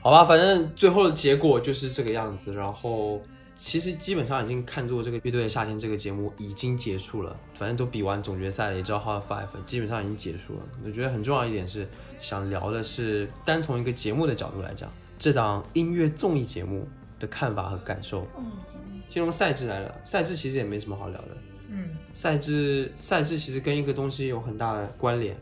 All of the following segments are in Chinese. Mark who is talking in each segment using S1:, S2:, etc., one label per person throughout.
S1: 好吧，反正最后的结果就是这个样子。然后其实基本上已经看作这个《乐队的夏天》这个节目已经结束了，反正都比完总决赛了，也知道 Hot Five 基本上已经结束了。我觉得很重要一点是，想聊的是单从一个节目的角度来讲，这档音乐综艺节目的看法和感受。
S2: 综艺节目，
S1: 先从赛制来了，赛制其实也没什么好聊的。
S2: 嗯，
S1: 赛制赛制其实跟一个东西有很大的关联，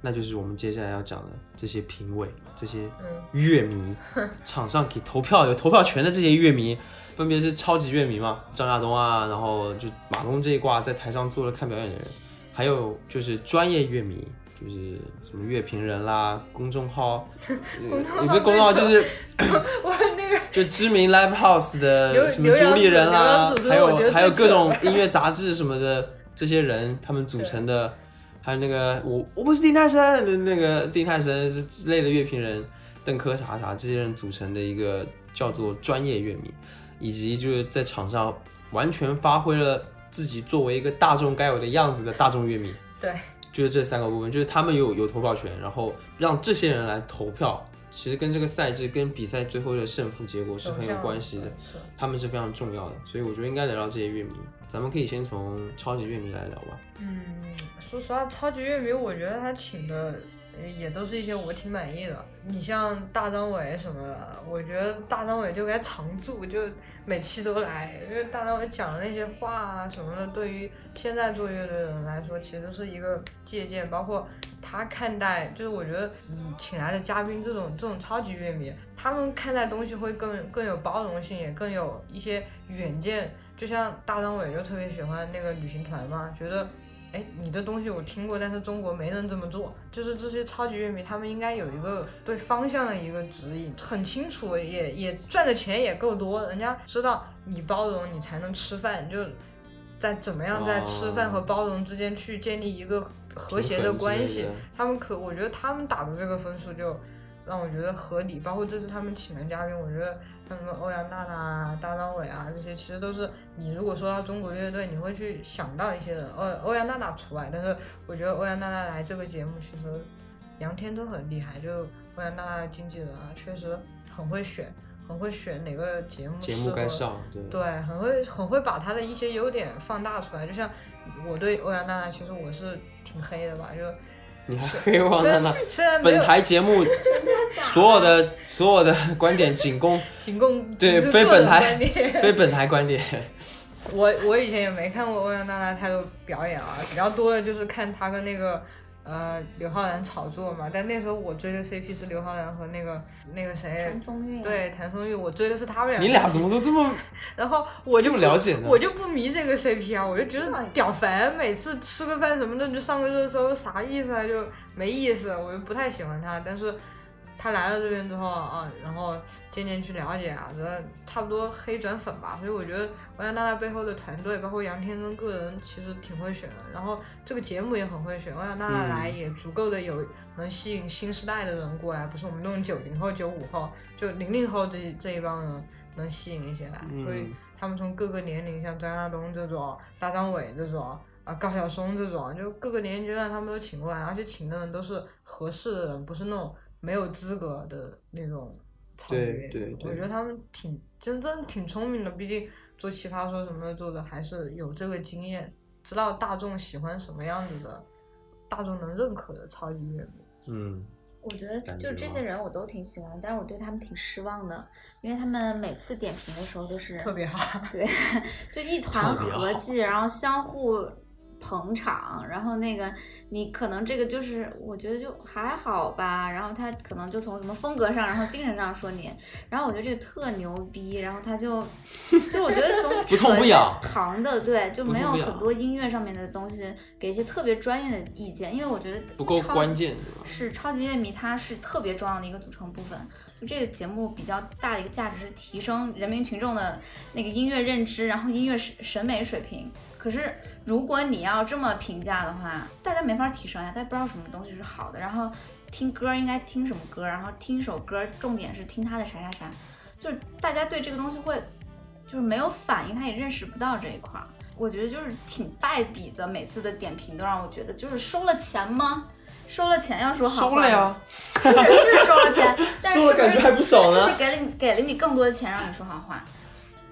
S1: 那就是我们接下来要讲的这些评委、这些
S2: 嗯
S1: 乐 迷，场上给投票有投票权的这些乐迷，分别是超级乐迷嘛，张亚东啊，然后就马东这一挂在台上坐着看表演的人，还有就是专业乐迷。就是什么乐评人啦，公众号，呃
S2: 公众号
S1: 也不是公众号，就是
S2: 我那个
S1: 就知名 live house
S2: 刘
S1: 的什么
S2: 刘洋
S1: 主理人啦
S2: 子刘洋子，
S1: 还
S2: 我觉
S1: 有
S2: 得最
S1: 还有各种
S2: 扯
S1: 音乐杂志什么的，这些人他们组成的，还有那个我我不是丁太神的那个丁太神是之类的乐评人邓科啥啥这些人组成的一个叫做专业乐迷，以及就是在场上完全发挥了自己作为一个大众该有的样子的大众乐迷。
S2: 对，
S1: 就是这三个部分，就是他们有有投票权，然后让这些人来投票，其实跟这个赛制跟比赛最后的胜负结果是很有关系的，
S2: 是
S1: 他们是非常重要的，所以我觉得应该聊聊这些乐迷，咱们可以先从超级乐迷来聊吧。
S2: 嗯，说实话，超级乐迷，我觉得他请的呃也都是一些我挺满意的。你像大张伟什么的，我觉得大张伟就该常驻，就每期都来，因为大张伟讲的那些话啊什么的，对于现在做乐队的人来说，其实是一个借鉴。包括他看待，就是我觉得嗯请来的嘉宾这种这种超级乐迷，他们看待东西会更更有包容性，也更有一些远见。就像大张伟就特别喜欢那个旅行团嘛，觉得哎，你的东西我听过，但是中国没人这么做。就是这些超级乐迷，他们应该有一个对方向的一个指引，很清楚，也也赚的钱也够多，人家知道你包容，你才能吃饭，就在怎么样在吃饭和包容之间去建立一个和谐的关系。他们可，我觉得他们打的这个分数就让我觉得合理，包括这次他们请的嘉宾，我觉得像什么欧阳娜娜啊、大张伟啊这些，其实都是你如果说到中国乐队，你会去想到一些人，欧欧阳娜娜除外。但是我觉得欧阳娜娜来这个节目，其实杨天真很厉害，就欧阳娜娜的经纪人啊，确实很会选，很会选哪个节目
S1: 节
S2: 适
S1: 目
S2: 合
S1: 该上，对，
S2: 对，很会很会把他的一些优点放大出来。就像我对欧阳娜娜，其实我是挺黑的吧，就
S1: 你还黑王娜娜。
S2: 虽然 没
S1: 本
S2: 有
S1: 台节 目所有的所有的观点仅供
S2: 仅供
S1: 对
S2: 仅
S1: 非
S2: 供
S1: 本
S2: 个
S1: 台
S2: 观点
S1: 非本台观点。
S2: 我我以前也没看过欧阳娜娜太多表演啊，比较多的就是看她跟那个呃刘昊然炒作嘛。但那时候我追的 CP 是刘昊然和那个那个谁
S3: 谭，松韵，，
S2: 对谭松韵，我追的是他们俩。
S1: 你俩怎么都这么
S2: 然后我
S1: 这
S2: 就
S1: 么
S2: 不
S1: 了解呢？
S2: 我就不迷这个 CP 啊，我就觉得屌烦，每次吃个饭什么的就上个热搜，啥意思啊？就没意思，我就不太喜欢他。但是他来了这边之后啊，然后渐渐去了解啊，觉得差不多黑转粉吧。所以我觉得欧阳娜娜背后的团队，包括杨天真个人，其实挺会选的。然后这个节目也很会选，欧阳娜娜来也足够的有能吸引新时代的人过来，不是我们那种九零后、九五后，就零零后这一这一帮人能吸引一些来，所以
S1: 嗯。
S2: 他们从各个年龄，像张亚东这种、大张伟这种啊、高晓松这种，就各个年龄阶段他们都请过来，而且请的人都是合适的人，不是那种没有资格的那种超级
S1: 对
S2: 演员
S1: 对对
S2: 我觉得他们挺真真挺聪明的，毕竟做奇葩说什么的做的还是有这个经验，知道大众喜欢什么样子的，大众能认可的超级乐迷。
S1: 嗯，
S3: 我觉得
S1: 感
S3: 就是
S1: 觉
S3: 这
S1: 啊
S3: 些人我都挺喜欢，但是我对他们挺失望的，因为他们每次点评的时候都是
S2: 特别好，
S3: 对， 就一团
S1: 特别
S3: 和
S1: 好
S3: 气，然后相互捧场，然后那个你可能这个就是我觉得就还好吧，然后他可能就从什么风格上，然后精神上说你，然后我觉得这个特牛逼，然后 他就就我觉得总
S1: 不痛不痒
S3: 扯一些旁的，对，就
S1: 不
S3: 没有
S1: 痛不痒
S3: 很多音乐上面的东西给一些特别专业的意见，因为我觉得
S1: 不够
S3: 超
S1: 关键，对吧？
S3: 是超级乐迷，它是特别重要的一个组成部分。就这个节目比较大的一个价值是提升人民群众的那个音乐认知，然后音乐审审美水平。可是如果你要这么评价的话，大家没法提升呀，大家不知道什么东西是好的，然后听歌应该听什么歌，然后听一首歌重点是听它的啥啥啥，就是大家对这个东西会就是没有反应，他也认识不到这一块儿。我觉得就是挺败笔的，每次的点评都让我觉得就是收了钱吗？收了钱要说好
S1: 收
S3: 话
S1: 了，呀，
S3: 是是收了 钱，但是
S1: 收了感觉还不爽
S3: 是不
S1: 呢
S3: 是。给了你给了你更多的钱让你说好话？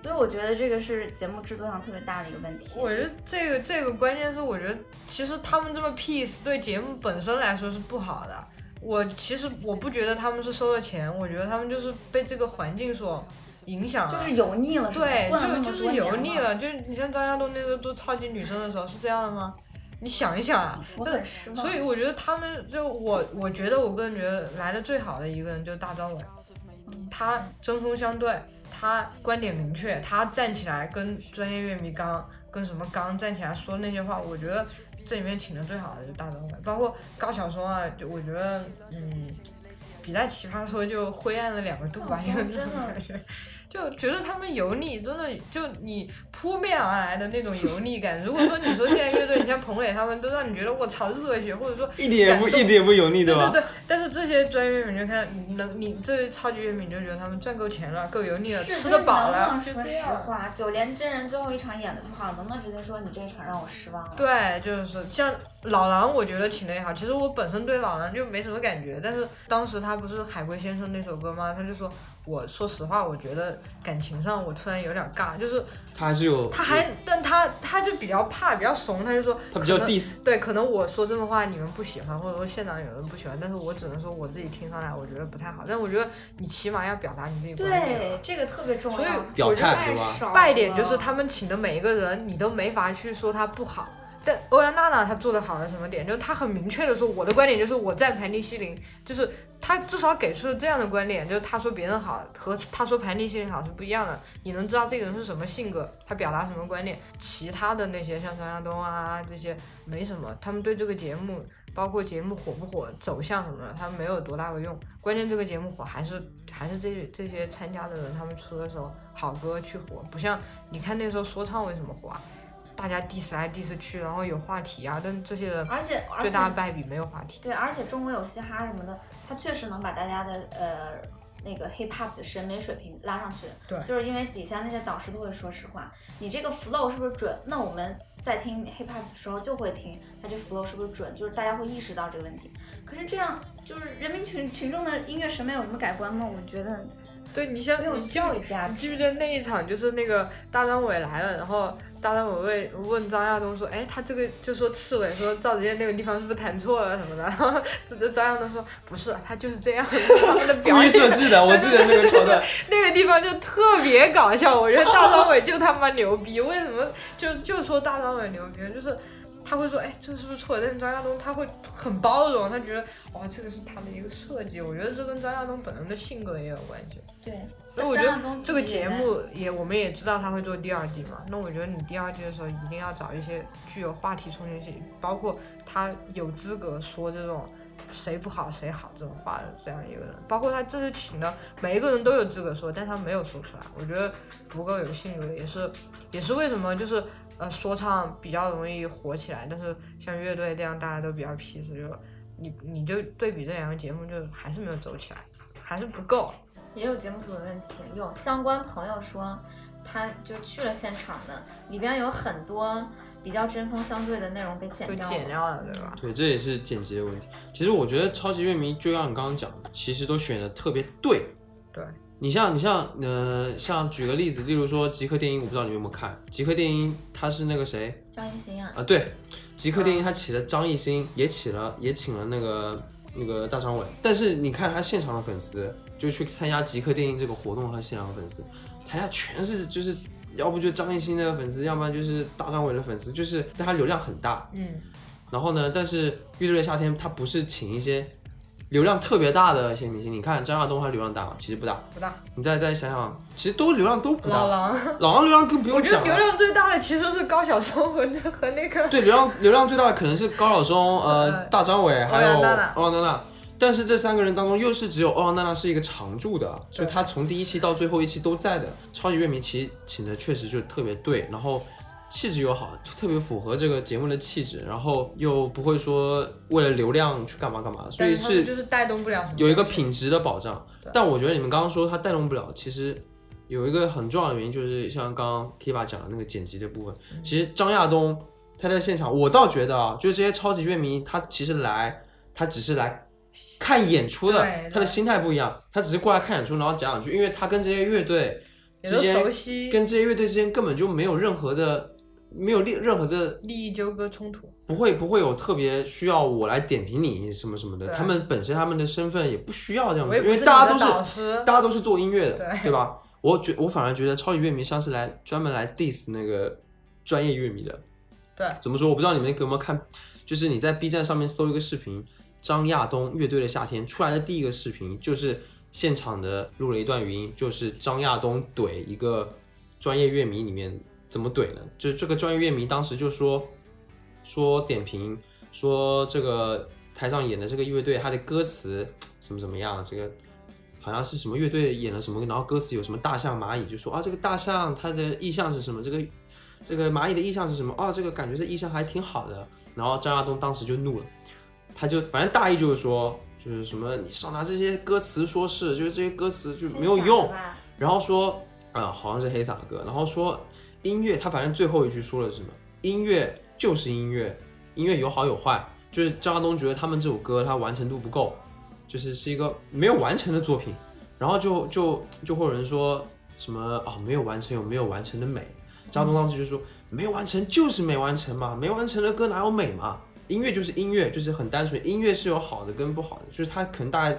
S3: 所以我觉得这个是节目制作上特别大的一个问题。
S2: 我觉得这个这个关键是，我觉得其实他们这么 peace 对节目本身来说是不好的。我其实我不觉得他们是收了钱，我觉得他们就是被这个环境所影响了。
S3: 就是油腻了，是吧
S2: 啊对，
S3: 混了那么多
S2: 就就是
S3: 年
S2: 油腻。了。就是你像张亚东那时候做超级女生的时候是这样的吗？你想一想啊，
S3: 我很失望。
S2: 所以我觉得他们就我，我觉得我个人觉得来的最好的一个人就是大张伟，他针锋相对，他观点明确，他站起来跟专业乐迷刚跟什么刚站起来说那些话，我觉得这里面请的最好的就是大张伟，包括高晓松啊，就我觉得嗯，比在奇葩说就灰暗了两个度
S3: 高
S2: 吧，
S3: 晓
S2: 因为
S3: 松
S2: 这种
S3: 真的
S2: 感觉。 就觉得他们油腻，真的就你扑面而来的那种油腻感。如果说你说现在乐队，你像彭磊他们，都让你觉得我操热血，或者说
S1: 一点也不一点也不油腻，
S2: 对
S1: 吧？
S2: 对，但是这些专业乐迷就看你能，你这些超级乐迷就觉得他们赚够钱了，够油腻了，
S3: 是
S2: 吃
S3: 就
S2: 得
S3: 是能
S2: 饱
S3: 不
S2: 了
S3: 能，
S2: 就
S3: 说
S2: 这
S3: 实
S2: 样。
S3: 话，九连真人最后一场演的不好，能不能直接说你这一场让我失望了？
S2: 对，就是说像老狼，我觉得请的也好。其实我本身对老狼就没什么感觉，但是当时他不是《海龟先生》那首歌吗？他就说，我说实话，我觉得感情上我突然有点尬，就是
S1: 他还是有，
S2: 他还，但他他就比较怕，比较怂，他就说
S1: 他比较
S2: 可能
S1: diss，
S2: 对，可能我说这种话你们不喜欢，或者说现场有人不喜欢，但是我只能说我自己听上来我觉得不太好，但我觉得你起码要表达你自己观点
S3: 对
S2: 吧。，
S3: 这个特别重要。
S2: 所以
S1: 表态
S3: 太
S1: 对吧
S3: 少了
S2: 败点就是他们请的每一个人，你都没法去说他不好。但欧阳娜娜她做的好的什么点，就是她很明确的说，我的观点就是我赞盘尼西林，就是她至少给出了这样的观点，就是她说别人好和她说盘尼西林好是不一样的，你能知道这个人是什么性格，他表达什么观点。其他的那些像张亚东啊这些没什么，他们对这个节目，包括节目火不火、走向什么的，他们没有多大的用。关键这个节目火还是还是这这些参加的人他们出的时候好歌去火，不像你看那时候说唱为什么火啊，大家 diss 来 diss 去，然后有话题啊，但这些人
S3: 而且而
S2: 最
S3: 且
S2: 大的败笔没有话题。
S3: 对，而且中国有嘻哈什么的，它确实能把大家的呃那个 hip hop 的审美水平拉上去。
S2: 对
S3: 就是因为底下那些导师都会说实话，你这个 flow 是不是准？那我们在听 hip hop 的时候就会听它这 flow 是不是准，就是大家会意识到这个问题。可是这样，就是人民群群众的音乐审美有什么改观吗？我觉得
S2: 对你像
S3: 没有
S2: 你记不
S3: 教育价
S2: 你
S3: 值。
S2: 记不记得那一场就是那个大张伟来了，然后大张伟问问张亚东说，哎，他这个就说刺猬说赵子健那个地方是不是弹错了什么的，然后这这张亚东说不是，他就是这样，就是他们的表
S1: 故意设
S2: 演
S1: 计的，我记得那个桥段。
S2: 那个地方就特别搞笑，我觉得大张伟就他妈牛逼，为什么就就说大张伟牛逼呢？就是。他会说，哎，这是不是错了？但是张亚东他会很包容，他觉得，哇，这个是他的一个设计。我觉得这跟张亚东本人的性格也有关系。
S3: 对，
S2: 那我觉得
S3: 张亚东自己
S2: 这个
S3: 也
S2: 节
S3: 在
S2: 目也，我们也知道他会做第二季嘛。那我觉得你第二季的时候一定要找一些具有话题冲击性，包括他有资格说这种谁不好谁好这种话的这样一个人，包括他这次请的每一个人都有资格说，但他没有说出来，我觉得不够有性格，也是也是为什么就是呃说唱比较容易火起来，但是像乐队这样大家都比较 peace，就你你就对比这两个节目，就还是没有走起来，还是不够。
S3: 也有节目组的问题，有相关朋友说，他就去了现场的，里边有很多比较针锋相对的内容被剪
S2: 就
S3: 掉
S2: 减
S3: 了。
S2: 掉了，对吧？
S1: 对，这也是剪辑的问题。其实我觉得超级乐迷就像你刚刚讲，的，其实都选的特别对。
S2: 对，
S1: 你像你像呃，像举个例子，例如说《极客电音》，我不知道你们有没有看《极客电音》，它是那个谁
S3: 张艺兴啊，
S1: 啊？对，《极客电音》它起了张艺兴，也起了也请了那个那个大张伟，但是你看他现场的粉丝，就去参加《极客电音》这个活动，他现场的粉丝，台下全是就是。要不就张艺兴的粉丝，要不然就是大张伟的粉丝，就是但他流量很大，
S2: 嗯，
S1: 然后呢，但是乐队的夏天它不是请一些流量特别大的一些明星，你看张亚东他流量大吗？其实不大。
S2: 不大。
S1: 你再再想想，其实都流量都不
S2: 老
S1: 大。
S2: 狼，
S1: 老王流量更不
S2: 我
S1: 用
S2: 觉得
S1: 讲
S2: 流
S1: 了。
S2: 量最大的其实是高晓松和和那 个
S1: 对，流量流量最大的可能是高晓松、呃
S2: 呃
S1: 大张伟还有
S2: 欧阳娜娜
S1: 欧阳娜娜。但是这三个人当中，又是只有欧阳娜娜是一个常驻的，所以她从第一期到最后一期都在的。超级乐迷其实请的确实就特别对，然后气质又好，就特别符合这个节目的气质，然后又不会说为了流量去干嘛干嘛，所以
S2: 但是他们就是带动不了什么。
S1: 有一个，品质的保障
S2: 对。
S1: 但我觉得你们刚刚说它带动不了，其实有一个很重要的原因，就是像刚刚 Kiba 讲的那个剪辑的部分。
S2: 嗯
S1: 其实张亚东他在现场，我倒觉得啊，就是这些超级乐迷，他其实来，他只是来看演出的
S2: 对，
S1: 他的
S2: 对
S1: 心态不一样，他只是过来看演出，然后讲两句，因为他跟这些乐队
S2: 也
S1: 之
S2: 都
S1: 间，
S2: 熟悉，
S1: 跟这些乐队之间根本就没有任何的，没有利任何的，
S2: 利益纠葛冲突。
S1: 不会不会有特别需要我来点评你什么什么的，
S2: 对
S1: 他们本身他们的身份也不需要这样
S2: 我
S1: 子，嗯
S2: 也
S1: 因
S2: 不
S1: 为
S2: 是
S1: 大家
S2: 你
S1: 都
S2: 的
S1: 是
S2: 导师，
S1: 大家都是做音乐的，
S2: 对
S1: 吧？我觉我反而觉得超级乐迷像是来专门来 diss 那个专业乐迷的。
S2: 对，
S1: 怎么说？我不知道你们有没有看，就是你在 B 站上面搜一个视频，张亚东乐队的夏天出来的第一个视频就是现场的录了一段语音，就是张亚东怼一个专业乐迷里面怎么怼呢？就是这个专业乐迷当时就说说点评说这个台上演的这个乐队，它的歌词什么怎么样，这个好像是什么乐队演了什么，然后歌词有什么大象、蚂蚁，就说啊这个大象它的意象是什么，这个这个蚂蚁的意象是什么，哦、这个感觉这意象还挺好的。然后张亚东当时就怒了，他就反正大意就是说。就是什么，你少拿这些歌词说事，就是这些歌词就没有用，然后说，啊、好像是黑撒的歌，然后说音乐，他反正最后一句说了什么，音乐就是音乐，音乐有好有坏，就是张亚东觉得他们这首歌它完成度不够，就是是一个没有完成的作品，然后就就就会有人说什么啊、没有完成有没有完成的美，张亚东当时就说没有完成就是没完成嘛，没完成的歌哪有美嘛，音乐就是音乐，就是很单纯，音乐是有好的跟不好的，就是他可能大概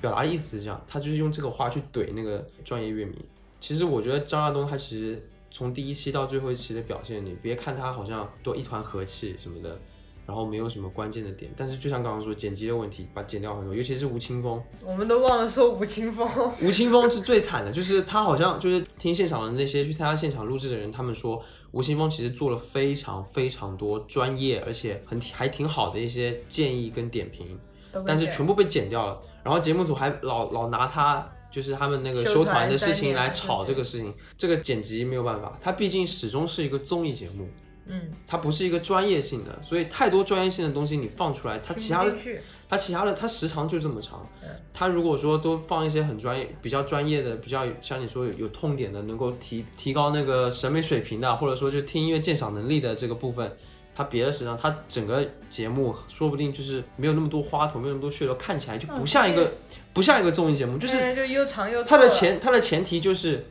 S1: 表达的意思是这样，他就是用这个话去怼那个专业乐迷。其实我觉得张亚东他其实从第一期到最后一期的表现，你别看他好像都一团和气什么的，然后没有什么关键的点，但是就像刚刚说剪辑的问题，把剪掉很多，尤其是吴青峰，
S2: 我们都忘了说吴青峰，
S1: 吴青峰是最惨的，就是他好像就是听现场的那些去参加现场录制的人，他们说吴青峰其实做了非常非常多专业而且很还挺好的一些建议跟点评，
S2: 都被
S1: 但是
S2: 剪
S1: 全部被剪掉了。然后节目组还老老拿他就是他们那个
S2: 修
S1: 修
S2: 团
S1: 团的
S2: 三
S1: 事情
S2: 年
S1: 来
S2: 啊
S1: 炒这
S2: 这些
S1: 个事情，这个剪辑没有办法，它毕竟始终是一个综艺节目，
S2: 嗯，
S1: 它不是一个专业性的，所以太多专业性的东西你放出来，它
S2: 听
S1: 其
S2: 不
S1: 他的
S2: 进去
S1: 它其他的它时长就这么长
S2: 嗯，
S1: 它如果说都放一些很专业、比较专业的、比较像你说有有痛点的，能够提提高那个审美水平的，或者说就听音乐鉴赏能力的这个部分，它别的时长，它整个节目说不定就是没有那么多花头，没有那么多噱头，看起来就
S3: 嗯
S1: 不像一个、不像一个综艺节目，就是
S2: 哎就又长又
S1: 它的
S2: 臭了
S1: 前它的前提就是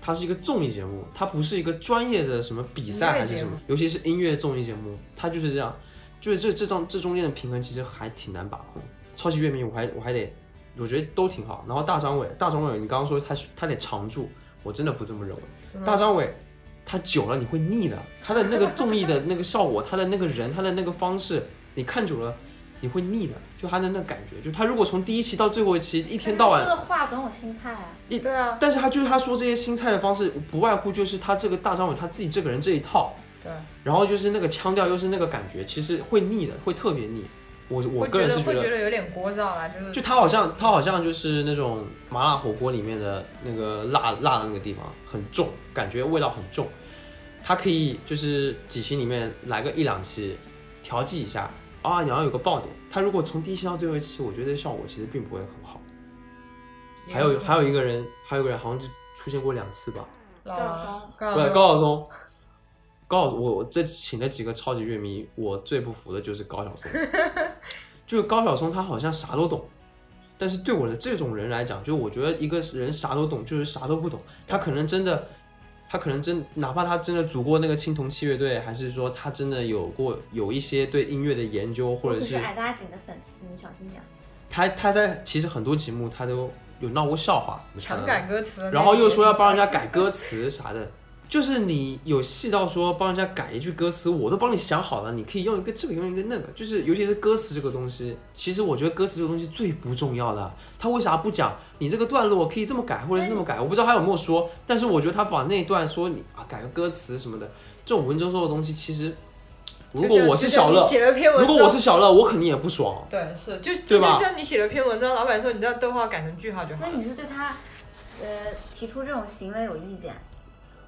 S1: 它是一个综艺节目，它不是一个专业的什么比赛还是什么
S2: 音乐，
S1: 尤其是音乐综艺节目，它就是这样，就是这这张这中间的平衡其实还挺难把控。超级乐迷我还我还得，我觉得都挺好。然后大张伟，大张伟你刚刚说他他得常驻，我真的不这么认为。大张伟他久了你会腻的，他的那个综艺的那个效果，他的那个人，他的那个方式，你看久了。你会腻的，就他的那感觉，就他如果从第一期到最后一期，一
S3: 一
S1: 天到晚
S3: 说的话总有新菜啊，
S2: 对啊，
S1: 但是他就是他说这些新菜的方式，不外乎就是他这个大张伟他自己这个人这一套，
S2: 对，啊
S1: 然后就是那个腔调，又是那个感觉，其实会腻的，会特别腻。我我
S2: 会
S1: 个人是觉
S2: 会觉
S1: 得，
S2: 得有点聒噪啦，就是
S1: 就他好像他好像就是那种麻辣火锅里面的那个辣辣的那个地方很重，感觉味道很重。他可以就是几期里面来个一两期，调剂一下啊，然后有个爆点。他如果从第一期到最后一期，我觉得效果其实并不会很好。还
S2: 嗯
S1: 有还有一个人，还有一个人好像就出现过两次吧。
S2: 高
S3: 高晓松
S2: 高
S1: 不
S2: 晓
S1: 是
S2: 松
S1: 高晓松，高晓我我这请的几个超级乐迷，我最不服的就是高晓松，就是高晓松他好像啥都懂，但是对我的这种人来讲，就是我觉得一个人啥都懂，就是啥都不懂，他可能真的。他可能真，哪怕他真的组过那个青铜器乐队，还是说他真的有过有一些对音乐的研究，或
S3: 我
S1: 者
S3: 可
S1: 是
S3: 是矮大紧的粉丝，你小心点。
S1: 他他在其实很多节目他都有闹过笑话，你看到吗
S2: 强改歌词，
S1: 然后又说要帮人家改歌词啥的，就是你有细到说帮人家改一句歌词，我都帮你想好了，你可以用一个这个，用一个那个，就是尤其是歌词这个东西，其实我觉得歌词这个东西最不重要的，他为啥不讲你这个段落可以这么改，或者是这么改？我不知道他有没有说，但是我觉得他把那一段说你啊改个歌词什么的，这种文绉绉的东西，其实如
S2: 就
S1: 果
S2: 像
S1: 我
S2: 就是像
S1: 小
S2: 你
S1: 乐，
S2: 写了篇文
S1: 如
S2: 章，
S1: 果我是小乐，我肯定也不爽。
S2: 对是就
S1: 对
S2: 就
S1: 吧
S2: 就像你写了篇文章，老板说你这逗号改成句号就好
S3: 所以
S2: 了，
S3: 你是对他，呃，提出这种行为有意见？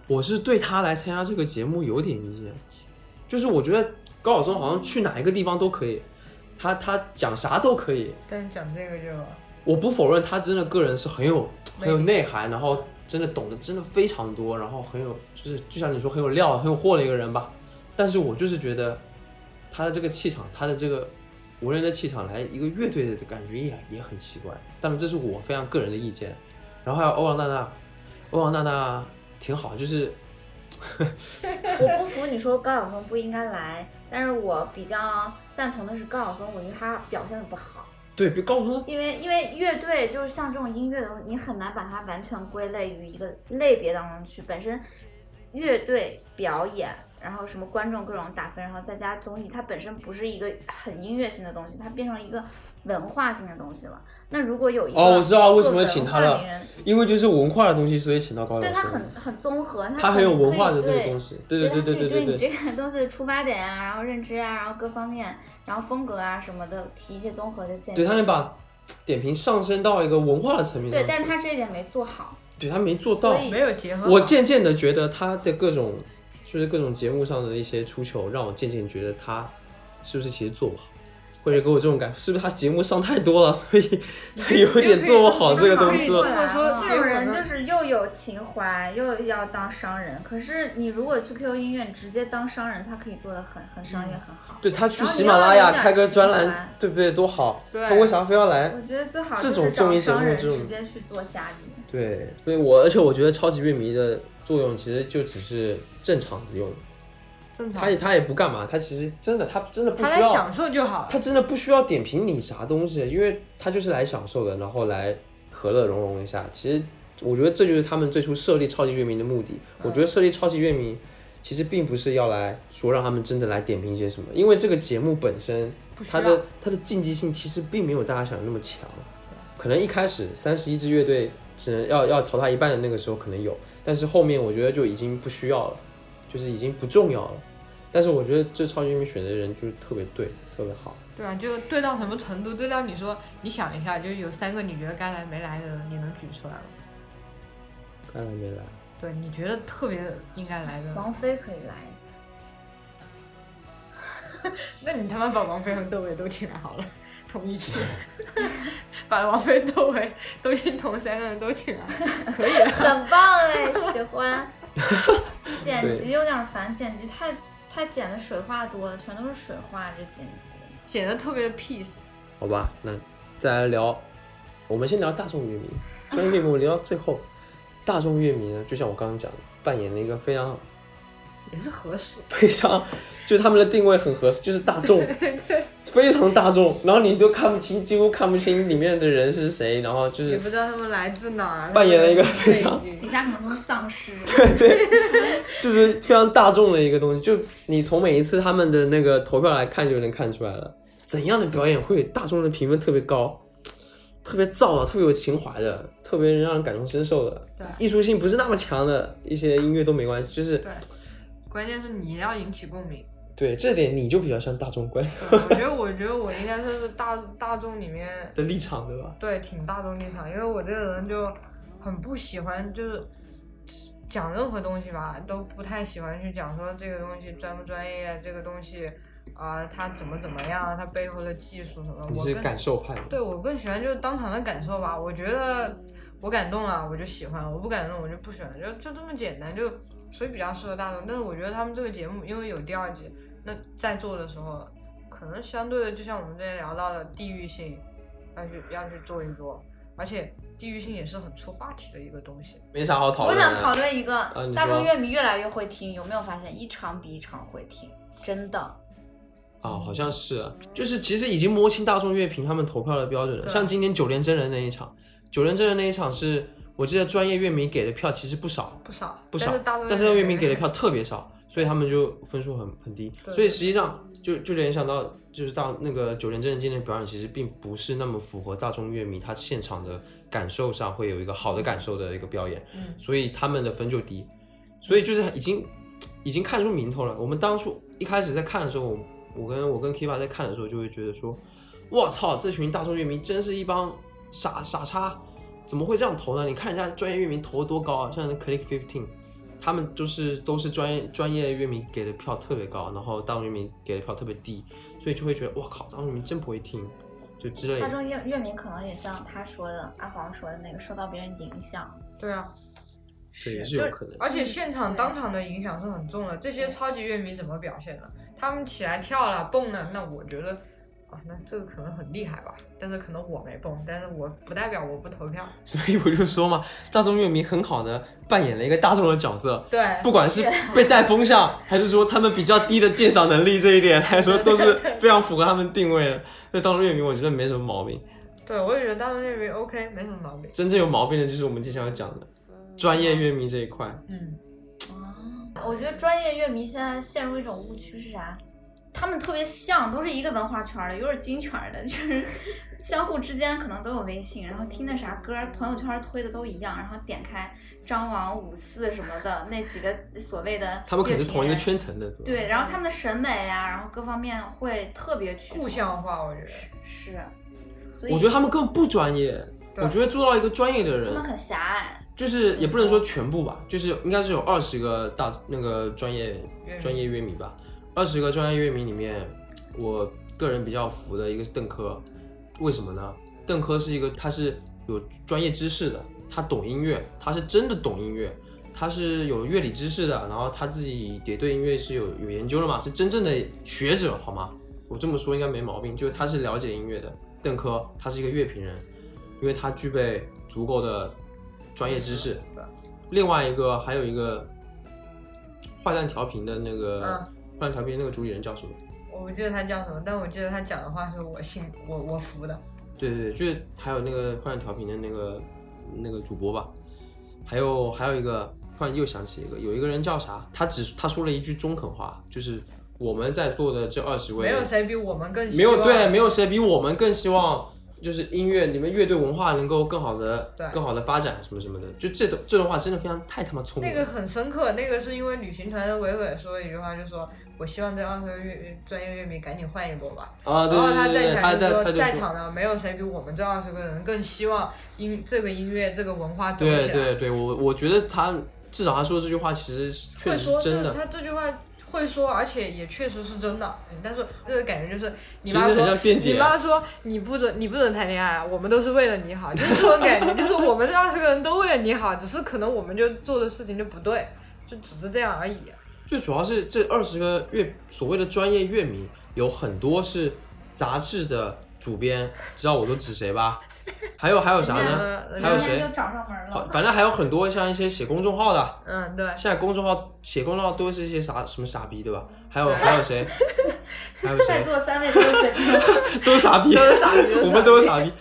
S1: 我是对他来参加这个节目有点意见，就是我觉得高晓松好像去哪一个地方都可以，他他讲啥都可以。
S2: 但是讲这个就
S1: 我不否认他真的个人是很有
S2: 没
S1: 很有内涵，然后真的懂得真的非常多，然后很有就是就像你说很有料很有货的一个人吧。但是我就是觉得他的这个气场，他的这个无人的气场来一个乐队的感觉也也很奇怪。当然，这是我非常个人的意见。然后还有欧阳娜娜，欧阳娜娜挺好，就是
S4: 我不服你说高晓松不应该来，但是我比较赞同的是高晓松，我觉得他表现的不好，
S1: 对，别告诉他
S4: 因为因为乐队就是像这种音乐的时候，你很难把它完全归类于一个类别当中去，本身乐队表演。然后什么观众各种打分，然后再加综艺，它本身不是一个很音乐性的东西，它变成一个文化性的东西了。那如果有一个
S1: 哦我知道为什么
S4: 做文
S1: 请他
S4: 化
S1: 了
S4: 名人，
S1: 因为就是文化的东西，所以请到高
S4: 对
S1: 晓
S4: 它
S1: 松
S4: 很。很综合，它
S1: 他很有
S4: 可以
S1: 文化的那
S4: 对
S1: 个东西，对对对
S4: 对
S1: 对
S4: 它可以
S1: 对
S4: 你这个东西的出发点啊，然后认知啊，然后各方面，然后风格啊什么的，提一些综合的建议。
S1: 对他能把点评上升到一个文化的层面上
S4: 对
S1: 去。，
S4: 但是他这一点没做好，
S1: 对他没做到
S4: 所。以
S2: 没有结合好。
S1: 我渐渐的觉得他的各种就是各种节目上的一些出糗，让我渐渐觉得他是不是其实做不好，或者给我这种感，是不是他节目上太多了，所以 他有点 做不好这个东西
S2: 这
S1: 了？
S2: 么说
S3: 这种人就是又有情怀，又要当商人。可是你如果去 QQ 音乐，你直接当商人，他可以做的很很商业，很好。
S1: 对他去喜马拉雅
S3: 然后你要有点
S1: 开个专
S3: 情
S1: 栏
S3: 怀，
S1: 对不对？多好！
S2: 对
S1: 他为啥非要来？
S3: 我觉得最好
S1: 这
S3: 就
S1: 种
S3: 是
S1: 综
S3: 找
S1: 艺节目
S3: 商人
S1: 这种
S3: 直接去做虾米。
S1: 对，所以我而且我觉得超级乐迷的作用其实就只是镇场子用的，
S2: 正常
S1: 他也他也不干嘛，他其实真的他真的不
S2: 他
S1: 需
S2: 来
S1: 要
S2: 享，受就好了。
S1: 他真的不需要点评你啥东西，因为他就是来享受的，然后来和乐融融一下。其实我觉得这就是他们最初设立超级乐迷的目的。我觉得设立超级乐迷其实并不是要来说让他们真的来点评一些什么，因为这个节目本身
S2: 不需
S1: 它
S2: 要
S1: 的它的竞技性其实并没有大家想的那么强。可能一开始三十一支乐队只能要要淘汰一半的那个时候可能有，但是后面我觉得就已经不需要了，就是已经不重要了。但是我觉得这超级乐迷选的人就是特别对，特别好。
S2: 对啊，就对到什么程度？对到你说，你想一下，就是有三个你觉得该来没来的，你能举出来吗？
S1: 该来没来？
S2: 对，你觉得特别应该来的，
S4: 王菲可以来一下，
S2: 那你他妈把王菲和窦唯都请来好了， 同一期，把王菲、窦唯、窦靖童三个人都请来，可以了。
S4: 很棒哎，喜欢。
S1: 对
S4: 剪辑有点烦，剪辑太太剪的水话多了，全都是水话这剪辑。
S2: 显得特别的 peace。
S1: 好吧，那再来聊，我们先聊大众乐迷，专业乐迷我聊到最后。大众乐迷呢，就像我刚刚讲的，扮演了一个非常
S2: 也是合适，
S1: 非常，就是他们的定位很合适，就是大众，非常大众。然后你都看不清，几乎看不清里面的人是谁，然后就
S2: 也
S1: 是
S2: 不知道他们来自哪儿，
S1: 扮演了一个非常
S2: 背景
S3: 底下可能都是丧尸，
S1: 就是非常大众的一个东西。就你从每一次他们的那个投票来看，就能看出来了，怎样的表演会大众的评分特别高，特别燥的，特别有情怀的，特别让人感同身受的，
S2: 对
S1: 艺术性不是那么强的一些音乐都没关系，就是
S2: 对，关键是你要引起共鸣。
S1: 对这点你就比较像大众观
S2: 对我觉得，我觉得我应该算是大大众里面
S1: 的立场，对吧？
S2: 对挺大众立场，因为我这个人就很不喜欢就是讲任何东西吧，都不太喜欢去讲说这个东西专不专业，这个东西啊、它怎么怎么样，它背后的技术什么。
S1: 你
S2: 我
S1: 是
S2: 更
S1: 感受派的，
S2: 对我更喜欢就是当场的感受吧。我觉得我感动了，我就喜欢；我不感动，我就不喜欢，就就这么简单。就所以比较适合大众。但是我觉得他们这个节目，因为有第二季，那在做的时候，可能相对的，就像我们之前聊到的地域性，要去要去做一做，而且地域性也是很出话题的一个东西。
S1: 没 啥好讨
S3: 我
S1: 论的。啊
S3: 想讨论一个、
S1: 你
S3: 大众
S1: 说
S3: 乐迷越来越会听，有没有发现一场比一场会听？真的，
S1: 啊、好像是啊，就是其实已经摸清大众乐评他们投票的标准了。
S2: 对
S1: 像今年九连真人那一场，九连真人那一场是我记得专业乐迷给的票其实不少，
S2: 不少，
S1: 不少
S2: 但是大众，
S1: 但是乐迷给的票特别少，所以他们就分数很很低。
S2: 对
S1: 所以实际上就就联想到就是到那个九连真人今天的表演，其实并不是那么符合大众乐迷他现场的感受上会有一个好的感受的一个表演，
S2: 嗯
S1: 所以他们的分就低，所以就是已经已经看出名头了。我们当初一开始在看的时候，我我跟我跟 Kiva 在看的时候就会觉得说，我操，这群大众乐迷真是一帮傻傻叉，怎么会这样投呢？你看人家专业乐迷投得多高啊，像 Click Fifteen，他们就是都是专业专业乐迷给的票特别高，然后大众乐迷给的票特别低，所以就会觉得我靠，大众乐迷真不会听，就之类
S3: 大
S1: 的。
S3: 众乐乐迷可能也像他说的，阿黄说的那个，受到别人影响，
S2: 对啊，
S1: 对，也是
S3: 是
S1: 有可能。
S2: 而且现场
S3: 对
S2: 当场的影响是很重的。这些超级乐迷怎么表现的？他们起来跳了、蹦了，那我觉得啊，那这个可能很厉害吧，但是可能我没蹦，但是我不代表我不投票。
S1: 所以我就说嘛，大众乐迷很好的扮演了一个大众的角色，
S2: 对，
S1: 不管是被带风向，还是说他们比较低的鉴赏能力这一点来说，都是非常符合他们定位的。所以大众乐迷我觉得没什么毛病，
S2: 对我也觉得大众乐迷 OK，没什么毛病。
S1: 真正有毛病的就是我们接下来要讲的专业乐迷这一块。
S2: 嗯，
S4: 我觉得专业乐迷现在陷入一种误区是啥？他们特别像，都是一个文化圈儿的，又是金圈儿的，就是 相互之间可能都有微信，然后听的啥歌，朋友圈儿推的都一样，然后点开张王五四什么的那几个所谓的，
S1: 他们可能是同一个。圈层的，对吧
S4: 对，然后他们的审美啊，然后各方面会特别趋同
S2: 故乡话我觉得，
S4: 是，所以
S1: 我觉得他们根本不专业。
S2: 对
S1: 我觉得做到一个专业的
S4: 他
S1: 人
S4: 们，很狭隘，
S1: 就是也不能说全部吧，就是应该是有二十个大那个专业
S2: 乐迷
S1: 专业乐迷吧。二十个专业乐迷里面，我个人比较服的一个是邓科，为什么呢？邓科是一个他是有专业知识的，他懂音乐，他是真的懂音乐，他是有乐理知识的，然后他自己也对音乐是有有研究的嘛，是真正的学者，好吗？我这么说应该没毛病，就是他是了解音乐的。邓科他是一个乐评人，因为他具备足够的专业知识。另外一个还有一个坏蛋调频的那个、
S2: 嗯
S1: 坏蛋调频那个主理人叫什么？
S2: 我不记得他叫什么，但我记得他讲的话是我信我我服的。
S1: 对对对，就是还有那个坏蛋调频的那个那个主播吧，还有还有一个突然又想起一个，有一个人叫啥？他只他说了一句中肯话，就是我们在座的这二十位
S2: 没有谁比我们更
S1: 没有
S2: 希望
S1: 对，没有谁比我们更希望就是音乐你们乐队文化能够更好的
S2: 对
S1: 更好的发展什么什么的，就这种这种话真的非常太他妈聪
S2: 那
S1: 明
S2: 个
S1: 了。
S2: 很深刻，那个是因为旅行团的伟伟说了一句话，就说我希望这二十个乐专业乐迷赶紧换一波吧。
S1: 啊，对
S2: 然后
S1: 对
S2: 哦他
S1: 对对，
S2: 站起来
S1: 他在他
S2: 就说，
S1: 就
S2: 在
S1: 说
S2: 场的没有谁比我们这二十个人更希望音这个音乐这个文化走
S1: 对
S2: 起来。
S1: 对对，我我觉得他至少他说这句话其实是确
S2: 会
S1: 实是
S2: 说
S1: 真
S2: 这
S1: 的，
S2: 他这句话会说，而且也确实是真的。嗯但是这个感觉就是，你
S1: 其实
S2: 妈
S1: 很
S2: 说
S1: 像辩解啊
S2: 你。妈说你不准你不准谈恋爱啊，我们都是为了你好，就是这种感觉，就是我们这二十个人都为了你好，只是可能我们就做的事情就不对，就只是这样而已。
S1: 最主要是这二十个乐所谓的专业乐迷，有很多是杂志的主编，知道我都指谁吧？还有还有 啥呢？
S2: 嗯
S1: 还有
S3: 人
S1: 谁
S3: 家就找上门
S1: 好
S3: 了。
S1: 反正还有很多像一些写公众号的，
S2: 嗯，对，
S1: 现在公众号写公众号都是一些啥什么傻逼对吧？还 有还有谁？还有
S3: 在
S1: 谁？
S3: 座三位都是随便
S1: 都是傻逼，
S2: 都是傻逼都是傻逼
S1: 我们都是傻逼。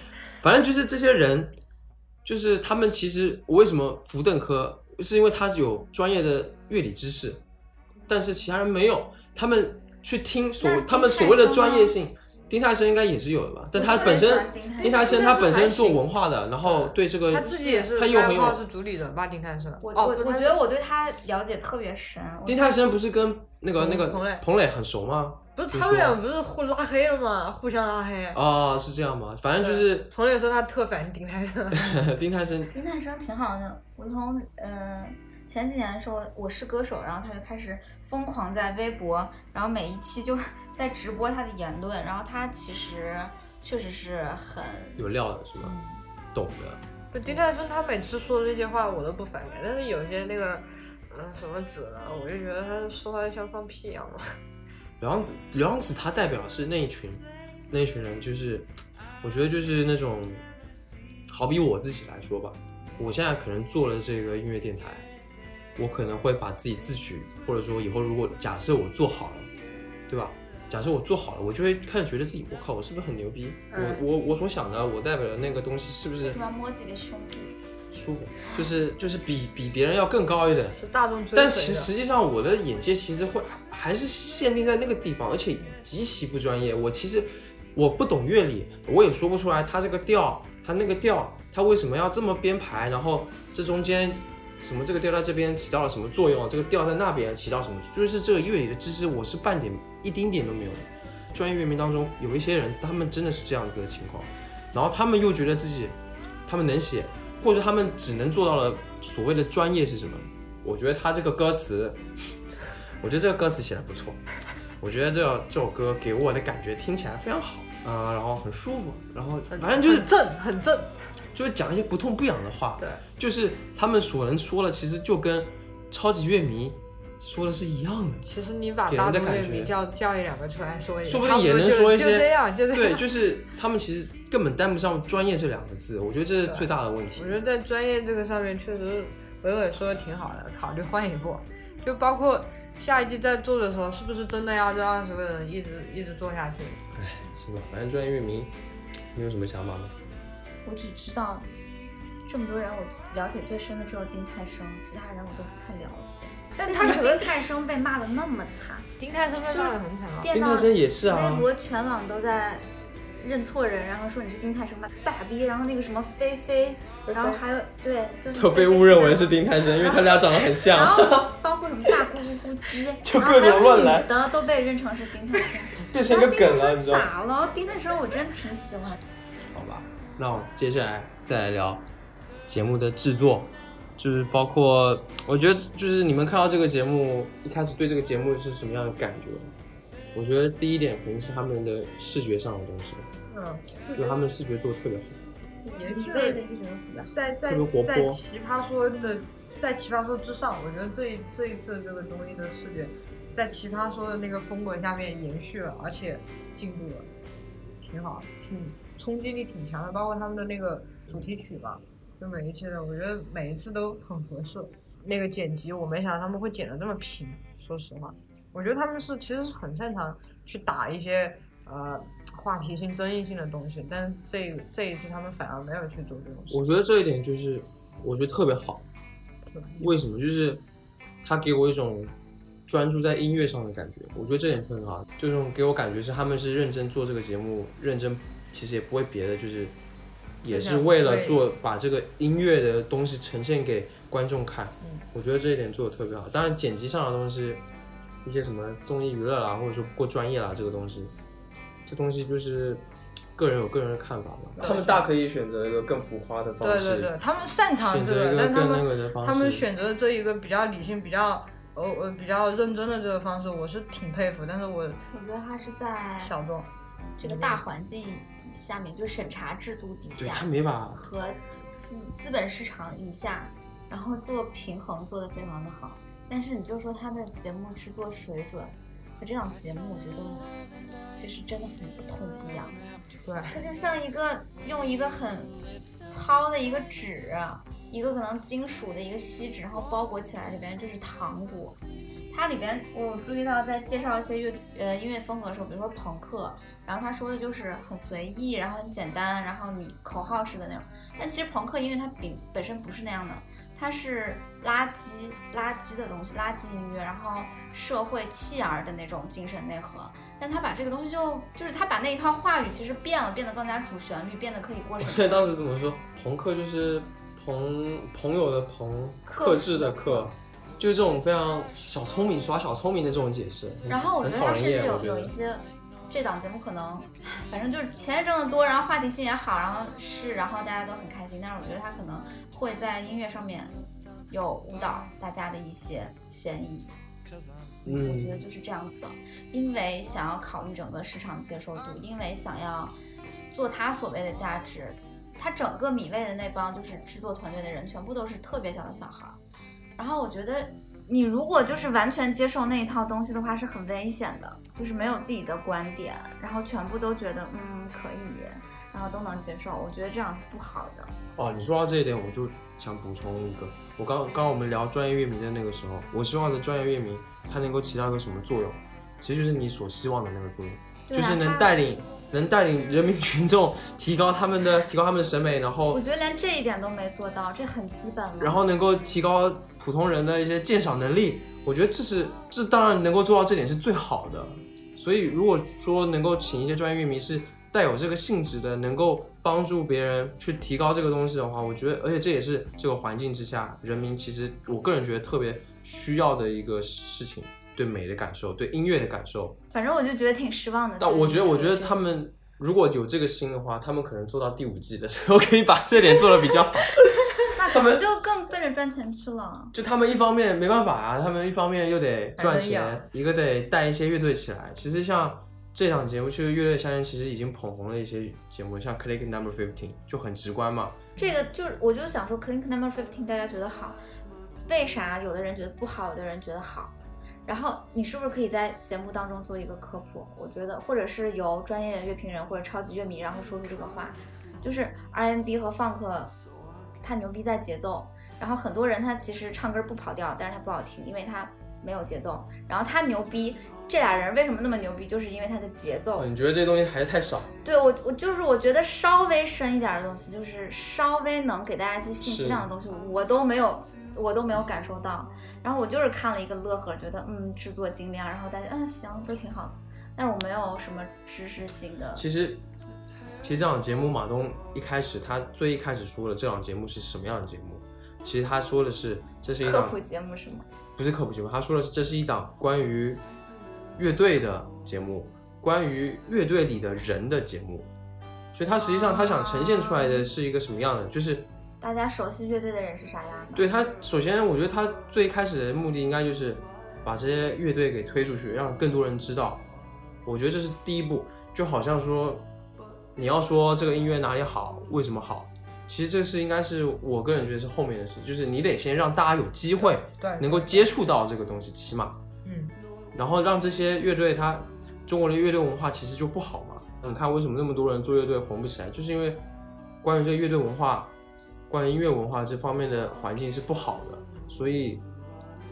S1: 反正就是这些人，就是他们其实我为什么福邓科，是因为他有专业的乐理知识，但是其他人没有。他们去听所
S3: 那丁
S1: 他们所谓的
S3: 太生
S1: 专业性，丁太生应该也是有的吧？但他
S3: 特别
S1: 本
S3: 喜
S1: 身
S3: 欢丁太
S1: 丁太生
S2: 生
S1: 他本身做
S2: 还行
S1: 文化的，然后对这个
S2: 嗯他自己也是
S1: 他又
S2: 爱
S1: 很
S2: 好
S1: 有
S2: 是主理人吧，丁太生。
S4: 我、
S2: 哦，
S4: 我
S2: 不
S4: 我
S2: 他
S4: 觉得我对他了解特别深，我
S1: 丁太生不是跟那个那个
S2: 嗯彭磊
S1: 彭磊很熟吗？
S2: 不是
S1: 你
S2: 他
S1: 说
S2: 们俩不是互拉黑了吗？互相拉黑。
S1: 啊，是这样吗？反正就
S2: 对
S1: 是
S2: 彭磊说他特 烦丁太生，
S1: 丁太生，
S4: 林诞生挺好的，我从呃前几年的时候我是歌手，然后他就开始疯狂在微博，然后每一期就在直播他的言论，然后他其实确实是很
S1: 有料的是吗？懂的，
S2: 不丁太生他每次说的这些话我都不反感，但是有些那个，嗯，什么子啊，我就觉得他说话就像放屁一样嘛。
S1: 刘洋子，刘洋子他代表的是那一群，那一群人就是，我觉得就是那种，好比我自己来说吧，我现在可能做了这个音乐电台，我可能会把自己自诩，或者说以后如果假设我做好了，对吧？假设我做好了，我就会开始觉得自己，我靠，我是不是很牛逼？
S2: 嗯
S1: 我我我所想的，我代表的那个东西是不是
S4: 什么摸自己的胸部，
S1: 舒服？就是就是比比别人要更高一点。
S2: 是大众追
S1: 但
S2: 随
S1: 其
S2: 的。
S1: 实际上，我的眼界其实会还是限定在那个地方，而且极其不专业。我其实我不懂乐理，我也说不出来他这个调，他那个调，他为什么要这么编排，然后这中间什么这个调在这边起到了什么作用，这个调在那边起到什么，就是这个乐理的知识我是半点一丁点都没有的。专业乐迷当中有一些人，他们真的是这样子的情况，然后他们又觉得自己他们能写，或者他们只能做到了所谓的专业是什么？我觉得他这个歌词， 我觉得这个歌词写的不错，我觉得这这首歌给我的感觉听起来非常好，啊、然后很舒服，然后
S2: 很
S1: 反正就是
S2: 很正，很正。
S1: 就是讲一些不痛不痒的话，
S2: 对，
S1: 就是他们所能说的，其实就跟超级乐迷说的是一样的。
S2: 其实你把
S1: 给人
S2: 大
S1: 的
S2: 众乐
S1: 感
S2: 迷
S1: 觉
S2: 叫叫一两个出来说一下，
S1: 说不
S2: 差
S1: 定也
S2: 多
S1: 能
S2: 就
S1: 说一
S2: 就
S1: 些
S2: 这样，就这
S1: 对，
S2: 样。
S1: 就是他们其实根本担不上“专业”这两个字，我觉得这是最大的问题
S2: 我。觉得在专业这个上面，确实伟伟说的挺好的，考虑换一步。就包括下一季在做的时候，是不是真的要这二十个人一直一直做下去？
S1: 行吧，反正专业乐迷，你有什么想法吗？
S3: 我只知道这么多人，我了解最深的只有丁太生，其他人我都不太了解。
S2: 但
S3: 为
S2: 他
S3: 什么
S2: 可能
S3: 丁太生被骂的那么惨，
S2: 丁太生被骂的很惨啊。
S3: 变
S1: 丁
S3: 到
S1: 太生也是啊
S3: 微， 博全网都在认错人，然后说你是丁太生吧，大逼，然后那个什么菲菲，然后还有对，就是
S1: 都被
S3: 菲菲
S1: 误认为是
S3: 然后
S1: 丁太生，因为他俩长得很
S3: 然
S1: 像，
S3: 后包括什么大咕咕咕鸡，
S1: 就
S3: 然后
S1: 各
S3: 还有
S1: 种乱来
S3: 女的都被认成是丁太生。
S1: 变成
S3: 然
S1: 一
S3: 后
S1: 个
S3: 丁
S1: 梗
S3: 太
S1: 了，
S3: 生
S1: 你知道吗？
S3: 咋了？丁太生我真挺喜欢，
S1: 好吧，那我接下来再来聊节目的制作，就是包括我觉得就是你们看到这个节目一开始对这个节目是什么样的感觉？我觉得第一点肯定是他们的视觉上的东西，
S2: 嗯，
S1: 就是他们视觉做的特别好。
S2: 也
S3: 一
S2: 是
S3: 味的一直都特别好。
S2: 在在
S1: 特别活泼
S2: 在奇葩说的在奇葩说之上，我觉得这一这一次这个综艺的视觉，在奇葩说的那个风格下面延续了，而且进步了，挺好，挺冲击力挺强的。包括他们的那个主题曲吧，就每一期的，我觉得每一次都很合适。那个剪辑，我没想到他们会剪得这么平，说实话，我觉得他们是其实是很擅长去打一些。呃，话题性、争议性的东西，但是这这一次他们反而没有去做这种事。
S1: 我觉得这一点就是我觉得特别好，为什么？就是他给我一种专注在音乐上的感觉，我觉得这点特别好，就这种给我感觉是他们是认真做这个节目，认真其实也不为别的，就是也是为了做把这个音乐的东西呈现给观众看
S2: 嗯。
S1: 我觉得这一点做的特别好。当然，剪辑上的东西，一些什么综艺娱乐啊啦，或者说不够专业啦，这个东西，这东西就是个人有个人的看法嘛。
S2: 对
S5: 他们大可以选择一个更浮夸的方
S2: 对
S5: 式，
S2: 对对，他们擅长
S1: 选
S2: 这
S1: 择一个
S2: 但他
S1: 更那个
S2: 们
S1: 的方式。
S2: 他们选择的这一个比较理性、比较呃呃比较认真的这个方式，我是挺佩服，但是我
S3: 我觉得他是在
S2: 小众。
S3: 这个大环境下面，就审查制度底
S1: 对
S3: 下
S1: 他没 法
S3: 和资资本市场以下，然后做平衡做得非常的好。但是你就说他的节目制作水准和这档节目，我觉得其实真的很不痛不痒。
S2: 对，
S3: 它就像一个用一个很糙的一个纸，啊一个可能金属的一个锡纸，然后包裹起来，里边就是糖果。它里边我注意到，在介绍一些乐呃音乐风格的时候，比如说朋克，然后他说的就是很随意，然后很简单，然后你口号式的那种。但其实朋克音乐它本本身不是那样的，它是垃圾垃圾的东西，垃圾音乐，然后社会弃儿的那种精神内核。但他把这个东西就就是他把那一套话语其实变了，变得更加主旋律，变得可以过
S1: 我记
S3: 审
S1: 得当时怎么说，朋克就是朋朋友的朋，
S3: 克
S1: 克制的
S3: 服
S1: 克，就是这种非常小聪明耍小聪明的这种解释，很
S3: 然后我
S1: 嗯很
S3: 觉得
S1: 讨
S3: 他
S1: 人
S3: 甚至
S1: 厌。我
S3: 有
S1: 觉
S3: 有
S1: 得
S3: 一些，这档节目可能，唉反正就是钱也挣得多，然后话题性也好，然后是，然后大家都很开心。但是我觉得他可能会在音乐上面有误导大家的一些嫌疑，我觉得
S1: 嗯，
S3: 就是这样子的。因为想要考虑整个市场接受度，因为想要做他所谓的价值，他整个米味的那帮就是制作团队的人，全部都是特别小的小孩儿。然后我觉得，你如果就是完全接受那一套东西的话，是很危险的，就是没有自己的观点，然后全部都觉得嗯可以，然后都能接受，我觉得这样是不好的。
S1: 哦，你说到这一点，我就想补充一个，我刚刚我们聊专业乐迷的那个时候，我希望的专业乐迷它能够起到一个什么作用，其实就是你所希望的那个作用，
S3: 对
S1: 就
S3: 啊
S1: 是能
S3: 他
S1: 带领能带领人民群众提高他们 的提高他们的审美，然后
S3: 我觉得连这一点都没做到，这很基本了。
S1: 然后能够提高普通人的一些鉴赏能力，我觉得这是这当然能够做到这点是最好的。所以如果说能够请一些专业乐迷是带有这个性质的，能够帮助别人去提高这个东西的话，我觉得，而且这也是这个环境之下人民其实我个人觉得特别需要的一个事情，对美的感受，对音乐的感受。
S3: 反正我就觉得挺失望的。
S1: 但
S3: 对
S1: 我觉得，
S3: 你
S1: 我
S3: 说
S1: 觉得
S3: 这
S1: 他
S3: 个
S1: 们如果有这个心的话，他们可能做到第五季的时候 可以把这点做的比较好。
S3: 那可能就更奔着赚钱去了。
S1: 就他们一方面没办法啊，他们一方面又得赚
S2: 还能养
S1: 钱，一个得带一些乐队起来。其实像这档节目，就是《乐队夏天》，其实已经捧红了一些节目，像《Click Number Fifteen》就很直观嘛。
S3: 这个就是，我就想说，Clink Number Fifteen 大家觉得好，为啥有的人觉得不好，有的人觉得好？然后你是不是可以在节目当中做一个科普？我觉得，或者是由专业乐评人或者超级乐迷，然后说出这个话，就是 R&B 和 Funk，它牛逼在节奏。然后很多人他其实唱歌不跑调，但是他不好听，因为他没有节奏。然后他牛逼，这俩人为什么那么牛逼？就是因为他的节奏
S1: 哦，。你觉得这东西还是太少？
S3: 对我，我就是我觉得稍微深一点的东西，就是稍微能给大家一些信息
S1: 是
S3: 量的东西，我都没有，我都没有感受到。然后我就是看了一个乐呵，觉得嗯，制作精良，然后大家嗯行，都挺好的。但是我没有什么知识性的，
S1: 其实，其实这档节目马东一开始他最一开始说了这档节目是什么样的节目，其实他说的是这是一
S3: 科
S1: 档
S3: 普节目是吗？
S1: 不是科普节目，他说的是这是一档关于乐队的节目，关于乐队里的人的节目，所以他实际上他想呈现出来的是一个什么样的，就是
S3: 大家熟悉乐队的人是啥样的？
S1: 对他，首先我觉得他最开始的目的应该就是把这些乐队给推出去，让更多人知道。我觉得这是第一步，就好像说你要说这个音乐哪里好，为什么好，其实这是应该是我个人觉得是后面的事，就是你得先让大家有机会
S2: 对，
S1: 能够接触到这个东西，起码，
S2: 嗯，
S1: 然后让这些乐队它中国的乐队文化其实就不好嘛。你看为什么那么多人做乐队红不起来，就是因为关于这个乐队文化、关于音乐文化这方面的环境是不好的，所以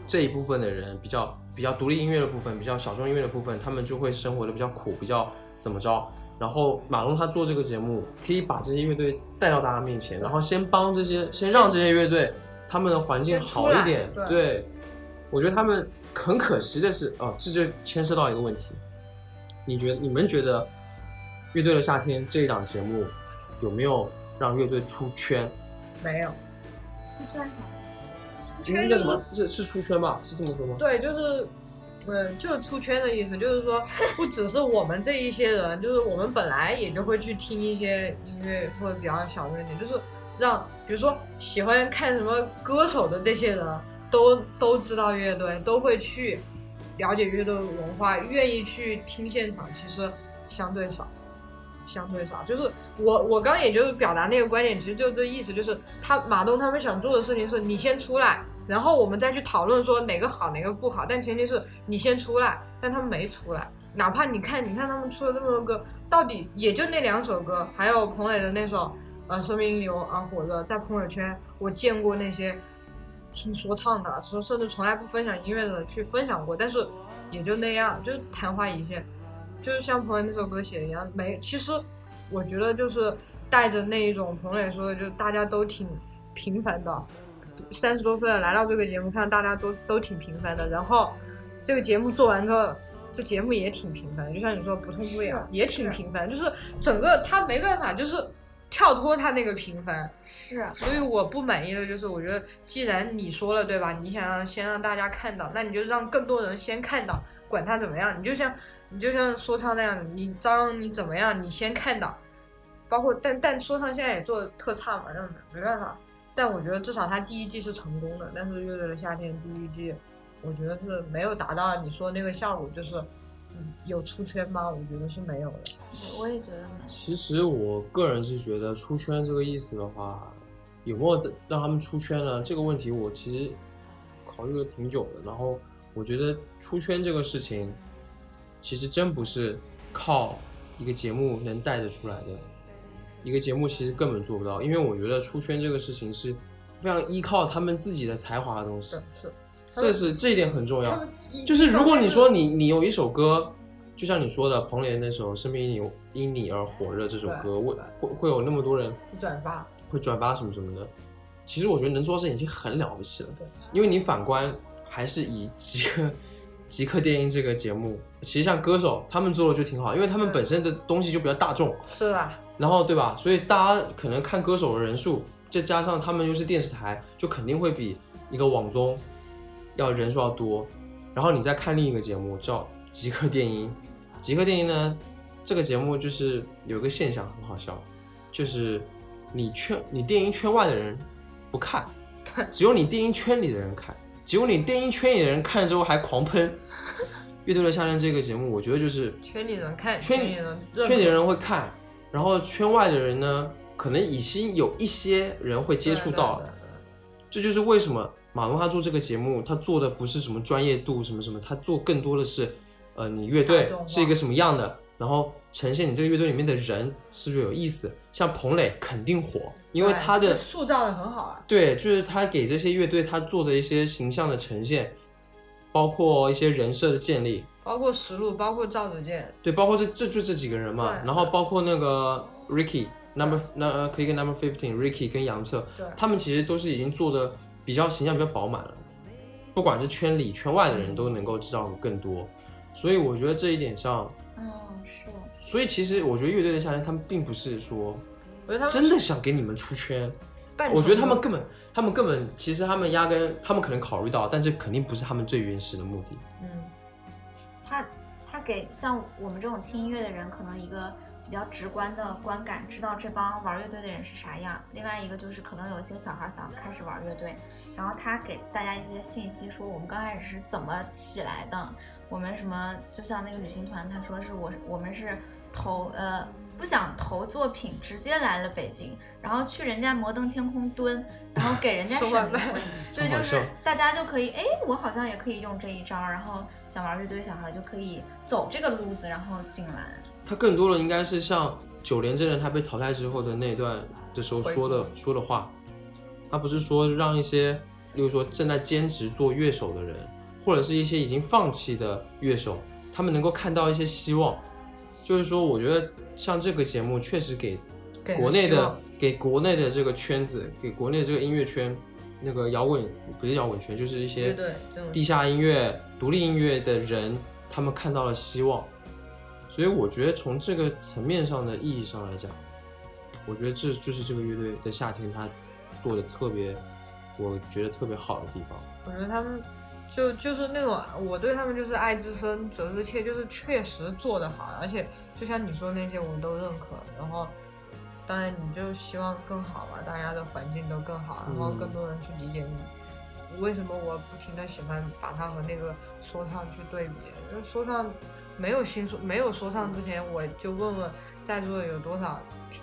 S1: 这一部分的人比较比较独立音乐的部分、比较小众音乐的部分，他们就会生活的比较苦，比较怎么着。然后马龙他做这个节目，可以把这些乐队带到大家面前，然后先帮这些，先让这些乐队他们的环境
S2: 先出
S1: 好一
S2: 来
S1: 点。
S2: 对
S1: 对，我觉得他们很可惜的是，哦，这就牵涉到一个问题，你觉你们觉得《乐队的夏天》这一档节目有没有让乐队出圈？
S2: 没有。
S3: 出圈啥意思？
S1: 应该叫什么？是是出圈吧？是这么说吗？
S2: 对，就是，嗯，就是出圈的意思，就是说，不只是我们这一些人，就是我们本来也就会去听一些音乐或者比较小众一点，就是让比如说喜欢看什么歌手的这些人都都知道乐队，都会去了解乐队文化，愿意去听现场，其实相对少。相对少，就是我我刚也就是表达那个观点，其实就这意思，就是他马东他们想做的事情是你先出来，然后我们再去讨论说哪个好哪个不好，但前提是你先出来，但他们没出来，哪怕你看你看他们出了这么多歌，到底也就那两首歌，还有彭磊的那首呃生命流啊火热，在朋友圈我见过那些听说唱的，说甚至从来不分享音乐的去分享过，但是也就那样，就是昙花一现，就是像彭磊那首歌写的一样，没其实我觉得就是带着那一种彭磊说的，就是大家都挺平凡的，三十多岁了来到这个节目，看大家都都挺平凡的，然后这个节目做完之后。这节目也挺平凡的，就像你说不痛不痒，
S3: 是啊
S2: 也挺
S3: 是
S2: 平凡，就是整个他没办法，就是跳脱他那个平凡，
S3: 是
S2: 所以我不满意的就是，我觉得既然你说了对吧，你想让先让大家看到，那你就让更多人先看到，管他怎么样，你就像你就像说唱那样子，你张你怎么样，你先看到，包括但但说唱现在也做的特差嘛，那没办法。但我觉得至少他第一季是成功的，但是《乐队的夏天》第一季，我觉得是没有达到啊你说那个效果，就是嗯有出圈吗？我觉得是没有的。
S3: 我也觉得没有。
S1: 其实我个人是觉得出圈这个意思的话，有没有让他们出圈呢？这个问题我其实考虑了挺久的。然后我觉得出圈这个事情，其实真不是靠一个节目能带得出来的。一个节目其实根本做不到，因为我觉得出圈这个事情是非常依靠他们自己的才华的东西
S2: 是，是，
S1: 这是这一点很重要
S2: 他。们一
S1: 就是如果你
S2: 一
S1: 说你你有一首歌，就像你说的彭磊那首《生命因你因你而火热》这首歌，
S2: 对
S1: 会会会有那么多人
S2: 转发，
S1: 会转发什么什么的，其实我觉得能做到这已经很了不起了
S2: 对。
S1: 因为你反观还是以极客极客电音这个节目，其实像歌手他们做的就挺好，因为他们
S2: 对
S1: 本身的东西就比较大众，
S2: 是啊吧？
S1: 然后对吧？所以大家可能看歌手的人数，再加上他们又是电视台，就肯定会比一个网综要人数要多。然后你再看另一个节目叫《极客电音》，《极客电音》呢，这个节目就是有一个现象很好笑，就是你圈你电音圈外的人不看，只有你电音圈里的人看，只有你电音圈里的人看了之后还狂喷。乐队的夏天这个节目，我觉得就是
S2: 圈里人看，
S1: 圈
S2: 里人认
S1: 圈里
S2: 可
S1: 人会看，然后圈外的人呢，可能已经有一些人会接触到
S2: 对
S1: 了
S2: 对对对
S1: 这就是为什么马龙他做这个节目，他做的不是什么专业度什么什么，他做更多的是，呃，你乐队
S2: 打动
S1: 是一个什么样的，然后呈现你这个乐队里面的人是不是有意思。像彭磊肯定火，因为
S2: 对
S1: 他的
S2: 这塑造的很好啊。
S1: 对，就是他给这些乐队他做的一些形象的呈现，包括一些人设的建立，
S2: 包括石路，包括赵子健，
S1: 对，包括这这就这几个人嘛，
S2: 对
S1: 然后包括那个 Ricky number 那呃 Click number fifteen Ricky 跟杨策
S2: 对，
S1: 他们其实都是已经做的比较形象比较饱满了，不管是圈里圈外的人都能够知道更多，所以我觉得这一点上，
S6: 嗯，是。
S1: 所以其实我觉得乐队的夏天他们并不是说
S2: 我觉得他们
S1: 真的想给你们出圈，
S2: 扮
S1: 我觉得
S2: 成
S1: 他们根本他们根本其实他们压根他们可能考虑到，但这肯定不是他们最原始的目的。
S2: 嗯，
S3: 他他给像我们这种听音乐的人，可能一个比较直观的观感，知道这帮玩乐队的人是啥样。另外一个就是，可能有一些小孩想开始玩乐队，然后他给大家一些信息，说我们刚开始是怎么起来的，我们什么，就像那个旅行团，他说是我我们是投呃。不想投作品，直接来了北京，然后去人家摩登天空蹲，然后给人家
S2: 说
S3: 审
S2: 完
S3: 美
S2: 了
S3: 所以
S1: 好
S3: 就是
S1: 笑
S3: 大家就可以，哎，我好像也可以用这一招，然后想玩乐队小孩就可以走这个路子，然后进来。
S1: 他更多的应该是像九连真人他被淘汰之后的那段的时候说的说的话，他不是说让一些，例如说正在兼职做乐手的人，或者是一些已经放弃的乐手，他们能够看到一些希望。就是说，我觉得像这个节目确实给
S2: 给人
S1: 国内
S2: 希望
S1: 的给国内的这个圈子，给国内这个音乐圈，那个摇滚不是摇滚圈，就是一
S2: 对
S1: 些
S2: 对这种
S1: 地下音乐、独立音乐的人，他们看到了希望，所以我觉得从这个层面上的意义上来讲，我觉得这就是这个乐队的夏天他做的特别，我觉得特别好的地方。
S2: 我觉得他们就就是那种，我对他们就是爱之深，责之切，就是确实做得好，而且就像你说那些，我们都认可。然后，当然你就希望更好吧，大家的环境都更好，然后
S1: 嗯
S2: 更多人去理解你。为什么我不停的喜欢把它和那个说唱去对比？因为说唱没有新说没有说唱之前，我就问问在座的有多少听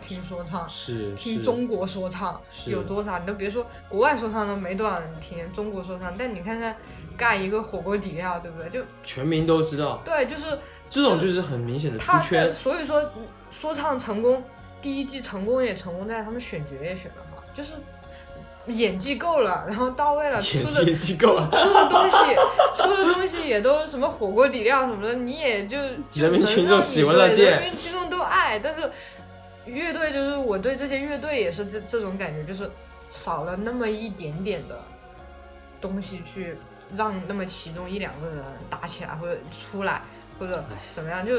S2: 听说唱，
S1: 是
S2: 听
S1: 是
S2: 中国说唱
S1: 是
S2: 有多少？你都别说国外说唱都没多少人听，中国说唱，但你看看盖一个火锅底料，对不对？就
S1: 全民都知道，
S2: 对，就是
S1: 这种就是很明显的出
S2: 他
S1: 圈
S2: 在，。所以说说唱成功，第一季成功也成功在他们选角也选得好，就是演技够了，然后到位了，出
S1: 演
S2: 的
S1: 技机构，
S2: 出的东西，出的东西也都什么火锅底料什么的，你也就就
S1: 人民
S2: 能
S1: 群众
S2: 让你
S1: 喜闻
S2: 对
S1: 乐见
S2: 人民群众都爱。但
S1: 哎
S2: 是乐队就是我对这些乐队也是这这种感觉，就是少了那么一点点的东西去让那么其中一两个人打起来或者出来或者怎么样，就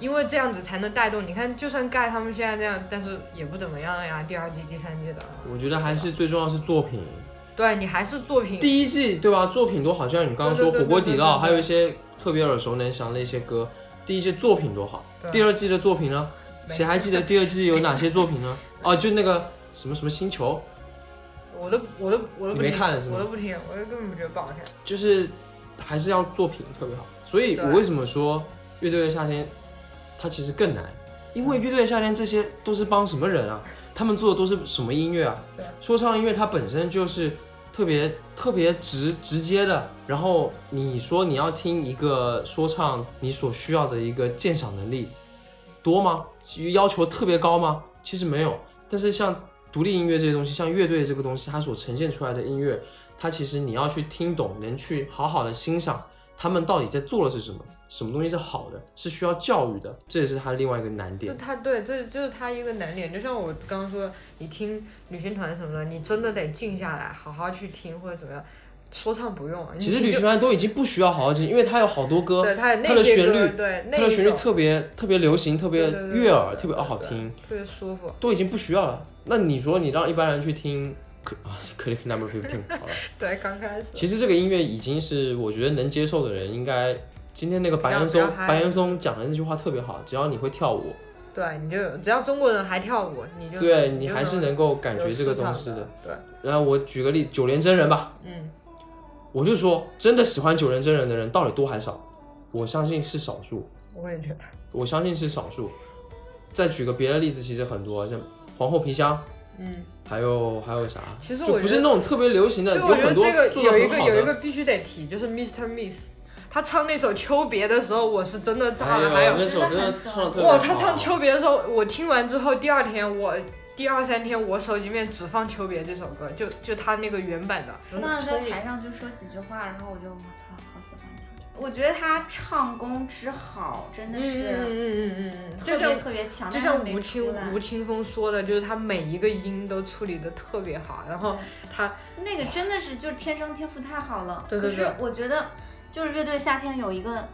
S2: 因为这样子才能带动。你看，就算盖他们现在这样，但是也不怎么样呀，第二季、第三季的，
S1: 我觉得还是最重要是作品。
S2: 对啊你还是作品。
S1: 第一季对吧？作品多好，就像你刚刚说
S2: 对对对
S1: 火锅底
S2: 对对
S1: 料，
S2: 对
S1: 还有一些特别耳熟能详的一些歌。第一季作品多好，
S2: 对
S1: 第二季的作品呢？
S2: 没
S1: 谁还记得第二季有哪些作品呢？哦，就那个什么什么星球，
S2: 我都我都我都不
S1: 你没
S2: 听，
S1: 看是吗
S2: 我都不听，我就根本不觉得不好看。
S1: 就是还是要作品特别好。所以
S2: 对
S1: 我为什么说乐队的夏天，它其实更难，因为乐队的夏天这些都是帮什么人啊？他们做的都是什么音乐啊
S2: 对？
S1: 说唱音乐它本身就是特别特别直直接的。然后你说你要听一个说唱，你所需要的一个鉴赏能力多吗？要求特别高吗？其实没有。但是像独立音乐这些东西，像乐队这个东西，它所呈现出来的音乐，它其实你要去听懂，能去好好的欣赏他们到底在做的是什么，什么东西是好的，是需要教育的，这也是它另外一个难
S2: 就
S1: 点。
S2: 他对，这就是他一个难点。就像我刚刚说的，你听旅行团什么的，你真的得静下来，好好去听或者怎么样。说唱不用，你
S1: 其实旅
S2: 听就
S1: 行团都已经不需要好好听，因为它有好多歌，
S2: 对他有
S1: 它
S2: 那
S1: 的
S2: 些
S1: 旋
S2: 歌，
S1: 律，
S2: 对那
S1: 它的
S2: 一
S1: 旋律
S2: 首
S1: 特别特别流行，特别
S2: 对对对
S1: 悦耳，
S2: 对
S1: 特别
S2: 对
S1: 好
S2: 对
S1: 听，
S2: 特别舒服。
S1: 都已经不需要了。那你说你让一般人去听？可 啊，click number fifteen 好了。
S2: 对，刚开始。
S1: 其实这个音乐已经是我觉得能接受的人应该。今天那个白
S2: 比较
S1: 岩松
S2: 比较，嗨
S1: 白岩松讲的那句话特别好，只要你会跳舞，
S2: 对，你就有只要中国人还跳舞，你就
S1: 对
S2: 你
S1: 你
S2: 就
S1: 还是能够感觉这个东西
S2: 有市
S1: 的。
S2: 场的。
S1: 然后我举个例，九连真人吧，
S2: 对，嗯，
S1: 我就说真的喜欢九连真人的人到底多还少？我相信是少数，
S2: 我也觉得，
S1: 我相信是少数。再举个别的例子，其实很多，像皇后皮箱，
S2: 嗯，
S1: 还有还有啥？
S2: 其实
S1: 就
S2: 我
S1: 不
S2: 觉
S1: 是
S2: 得
S1: 那种特别流行
S2: 所
S1: 的，
S2: 以
S1: 有
S2: 我觉得
S1: 很多
S2: 这个
S1: 做的
S2: 有一
S1: 很
S2: 个
S1: 好
S2: 有一个
S1: 的。
S2: 必须得提，就是 Mr. Miss，他唱那首《秋别》的时候，我是真的炸了。还
S1: 有
S2: 有
S1: 哎那首真的唱的特别好。
S2: 哇，他唱《秋别》的时候，我听完之后，第二天我第二三天我手机里面只放《秋别》这首歌，就就他那个原版的。
S7: 当时
S2: 从
S7: 在
S2: 你
S7: 台上就说几句话，然后我就我操，好喜欢他。
S3: 我觉得他唱功之好，真的
S2: 嗯嗯嗯
S3: 是
S2: 嗯嗯嗯，
S3: 特
S2: 就
S3: 别
S2: 像
S3: 特别强，
S2: 就
S3: 但是
S2: 像
S3: 没
S2: 吴
S3: 出
S2: 青
S3: 来
S2: 吴青峰说的，就是他每一个音都处理的特别好，然后他
S3: 那个真的是就是天生天赋太好了。
S2: 对对
S3: 可
S2: 对
S3: 是我觉得就是乐队夏天有一个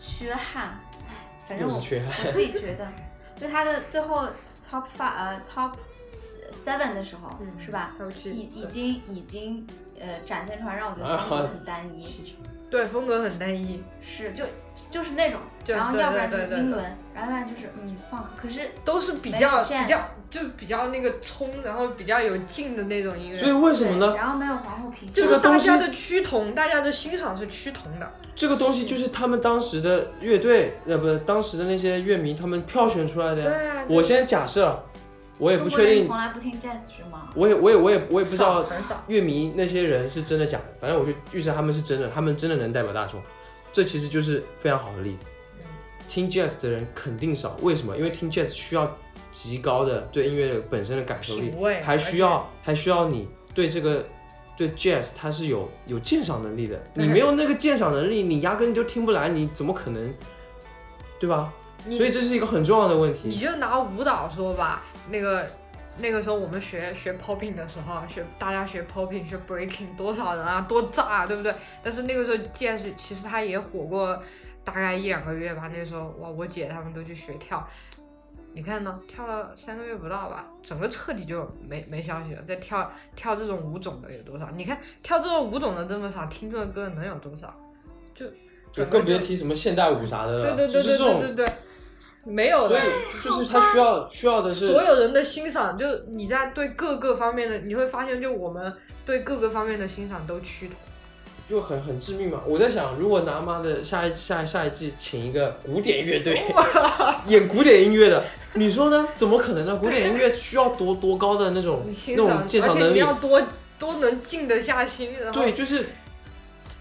S3: 缺憾，唉，反正
S1: 又
S3: 我
S1: 是缺憾。
S3: 我自己觉得，就他的最后 top five 呃 top seven 的时候、
S2: 嗯
S3: 是吧？
S2: 他去
S3: 已已经已经呃展现出来，让我觉
S1: 啊
S3: 得风格很单一，
S2: 对风格很单一，
S3: 是就就是那种，
S2: 就
S3: 然后
S2: 对
S3: 要不然就
S2: 对
S3: 是
S2: 对对
S3: 英
S2: 对
S3: 文，然后要不然就是嗯放，可是
S2: 都是比较
S3: 没有
S2: 比较
S3: jazz
S2: 就比较那个冲，然后比较有劲的那种音乐。
S1: 所以为什
S3: 对
S1: 么呢？
S3: 然后没有皇后脾气，
S2: 就
S1: 这
S2: 是
S1: 个东
S2: 大
S1: 西
S2: 家的趋同，大家的欣赏是趋同的。
S1: 这个东西就是他们当时的乐队，呃，不，当时的那些乐迷他们票选出来的呀。
S2: 啊
S1: 我先假设，我也
S3: 中
S1: 不
S3: 国
S1: 确
S3: 人
S1: 定
S3: 从，来不听 jazz 是吗？
S1: 我也我也我也我也不知道
S2: 很少。
S1: 乐迷那些人是真的假的，反正我就预测他们是真的，他们真的能代表大众，这其实就是非常好的例子。听 jazz 的人肯定少，为什么？因为听 jazz 需要极高的对音乐本身的感受力
S2: 品味，
S1: 还需要还需要你对这个对 jazz 它是有有鉴赏能力的，你没有那个鉴赏能力，你压根就听不来，你怎么可能，对吧？
S2: 你
S1: 所以这是一个很重要的问
S2: 你
S1: 题。
S2: 就拿舞蹈说吧，那个那个时候我们学学 popping 的时候，啊学大家学 popping 学 breaking，多少人啊，多炸啊，对不对？但是那个时候 jazz 其实它也火过大概一两个月吧。那时候哇，我姐她们都去学跳，你看呢，跳了三个月不到吧，整个彻底就没没消息了。再跳跳这种舞种的有多少？你看跳这种舞种的这么少，听这个歌能有多少？就
S1: 就
S2: 整个
S1: 更别提什么现代舞啥的
S2: 对
S1: 了，
S2: 对
S1: 啊就
S2: 对
S1: 是这
S2: 对对
S1: 种
S2: 对对，没有
S1: 所
S2: 的
S1: 以。就是他需要需要的是
S2: 所有人的欣赏，就你在对各个方面的，你会发现，就我们对各个方面的欣赏都趋同。
S1: 就很很致命嘛。我在想，如果拿妈的下一下下一季请一个古典乐队演古典音乐的，你说呢？怎么可能呢？古典音乐需要多多高的那种
S2: 你
S1: 嗯那
S2: 欣赏，
S1: 种鉴
S2: 而
S1: 赏
S2: 且
S1: 能
S2: 你
S1: 力？
S2: 要多多能静得下心，然后
S1: 对，就是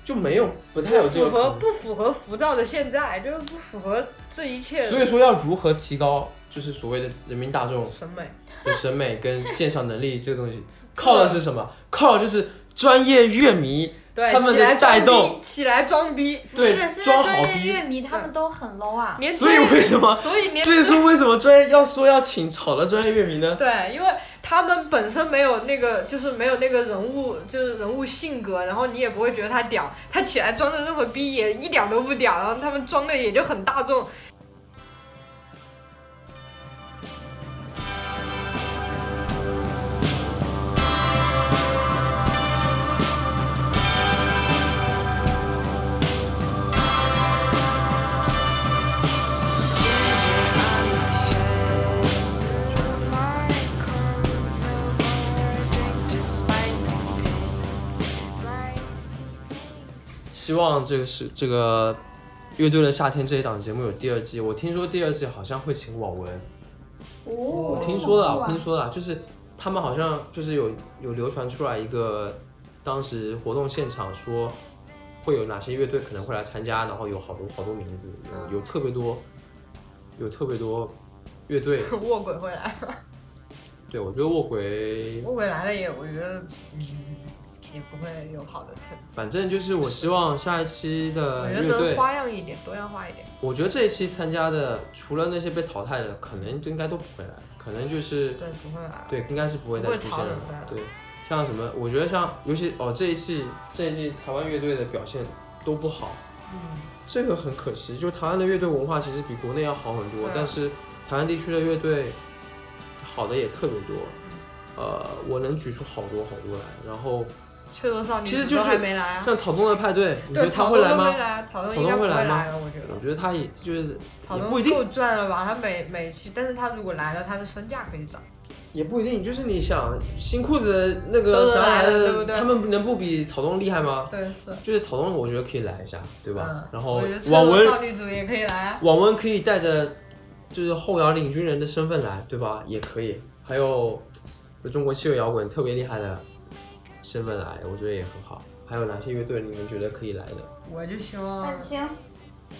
S1: 就没有不太有这个
S2: 符合
S1: 可能。
S2: 不符合浮躁的现在，就是不符合这一切
S1: 所以说，要如何提高就是所谓的人民大众
S2: 审美。
S1: 的审美跟鉴赏能力这个东西，靠的是什么？靠的就是专业乐迷
S2: 对，
S1: 他们
S2: 起来
S1: 的带
S2: 装逼
S1: 动，
S2: 起来装逼，
S3: 不是
S1: 对，
S3: 现在
S1: 装好
S3: 专业
S1: 逼。
S3: 乐迷他们都很 low 啊。
S2: 连
S1: 所以
S2: 最
S1: 为什么？
S2: 所以连
S1: 所以说，为什么专业要说要请好的专业乐迷呢？
S2: 对，因为他们本身没有那个，就是没有那个人物，就是人物性格，然后你也不会觉得他屌，他起来装的任何逼也一点都不屌，然后他们装的也就很大众。
S1: 希望这个是这个乐队的夏天这一档节目有第二季。我听说第二季好像会请网文，我
S7: 我
S2: 哦
S1: 听说的啊，我听说的啊，就是他们好像就是有有流传出来一个，当时活动现场说会有哪些乐队可能会来参加，然后有好多好多名字，有有特别多，有特别多乐队。
S2: 卧轨会来，
S1: 对我觉得卧轨
S2: 卧轨来了也，我觉得嗯，也不会有好的成绩。
S1: 反正就是我希望下一期
S2: 我
S1: 的
S2: 觉
S1: 乐
S2: 得
S1: 队，
S2: 花样一点，多样化一点。
S1: 我觉得这一期参加的，除了那些被淘汰的，可能应该都不会来，可能就是
S2: 对，不会来了。
S1: 对，应该是不会再
S2: 不会
S1: 出现
S2: 炒冷
S1: 了
S2: 饭。
S1: 对，像什么，我觉得像尤其哦这一季这一季台湾乐队的表现都不好，
S2: 嗯，
S1: 这个很可惜。就台湾的乐队文化其实比国内要好很多，
S2: 对啊
S1: 但是台湾地区的乐队好的也特别多。
S2: 嗯
S1: 呃，我能举出好多好多来，然后
S2: 脆弱少女
S1: 其实
S2: 怎
S1: 就
S2: 么
S1: 是
S2: 还没来啊。
S1: 像草东的派对，你觉
S2: 对，
S1: 得他
S2: 草
S1: 会
S2: 东都
S1: 来
S2: 没
S1: 吗？
S2: 来啊，草东
S1: 草
S2: 应该
S1: 东
S2: 不
S1: 会
S2: 会
S1: 来吗
S2: 了，我觉得
S1: 我。觉得他也就是
S2: 草
S1: 也
S2: 东
S1: 不一定
S2: 够赚了吧？他每每期，但是他如果来了，他的身价可以涨。
S1: 也不一定，就是你想新裤子的那
S2: 都
S1: 个
S2: 能
S1: 啥
S2: 来
S1: 来
S2: 了
S1: 的，
S2: 对不对
S1: 他们能不比草东厉害吗？
S2: 对，是。
S1: 就是草东，我觉得可以来一下，对吧？
S2: 嗯
S1: 然后
S2: 我觉得赤
S1: 网
S2: 裸
S1: 文
S2: 少女组也可以来啊。
S1: 网文可以带着就是后摇领军人的身份来，对吧？也可以。还有就中国器乐摇滚特别厉害的身份来，我觉得也很好。还有哪些乐队你们觉得可以来的？
S2: 我就希望
S3: 万青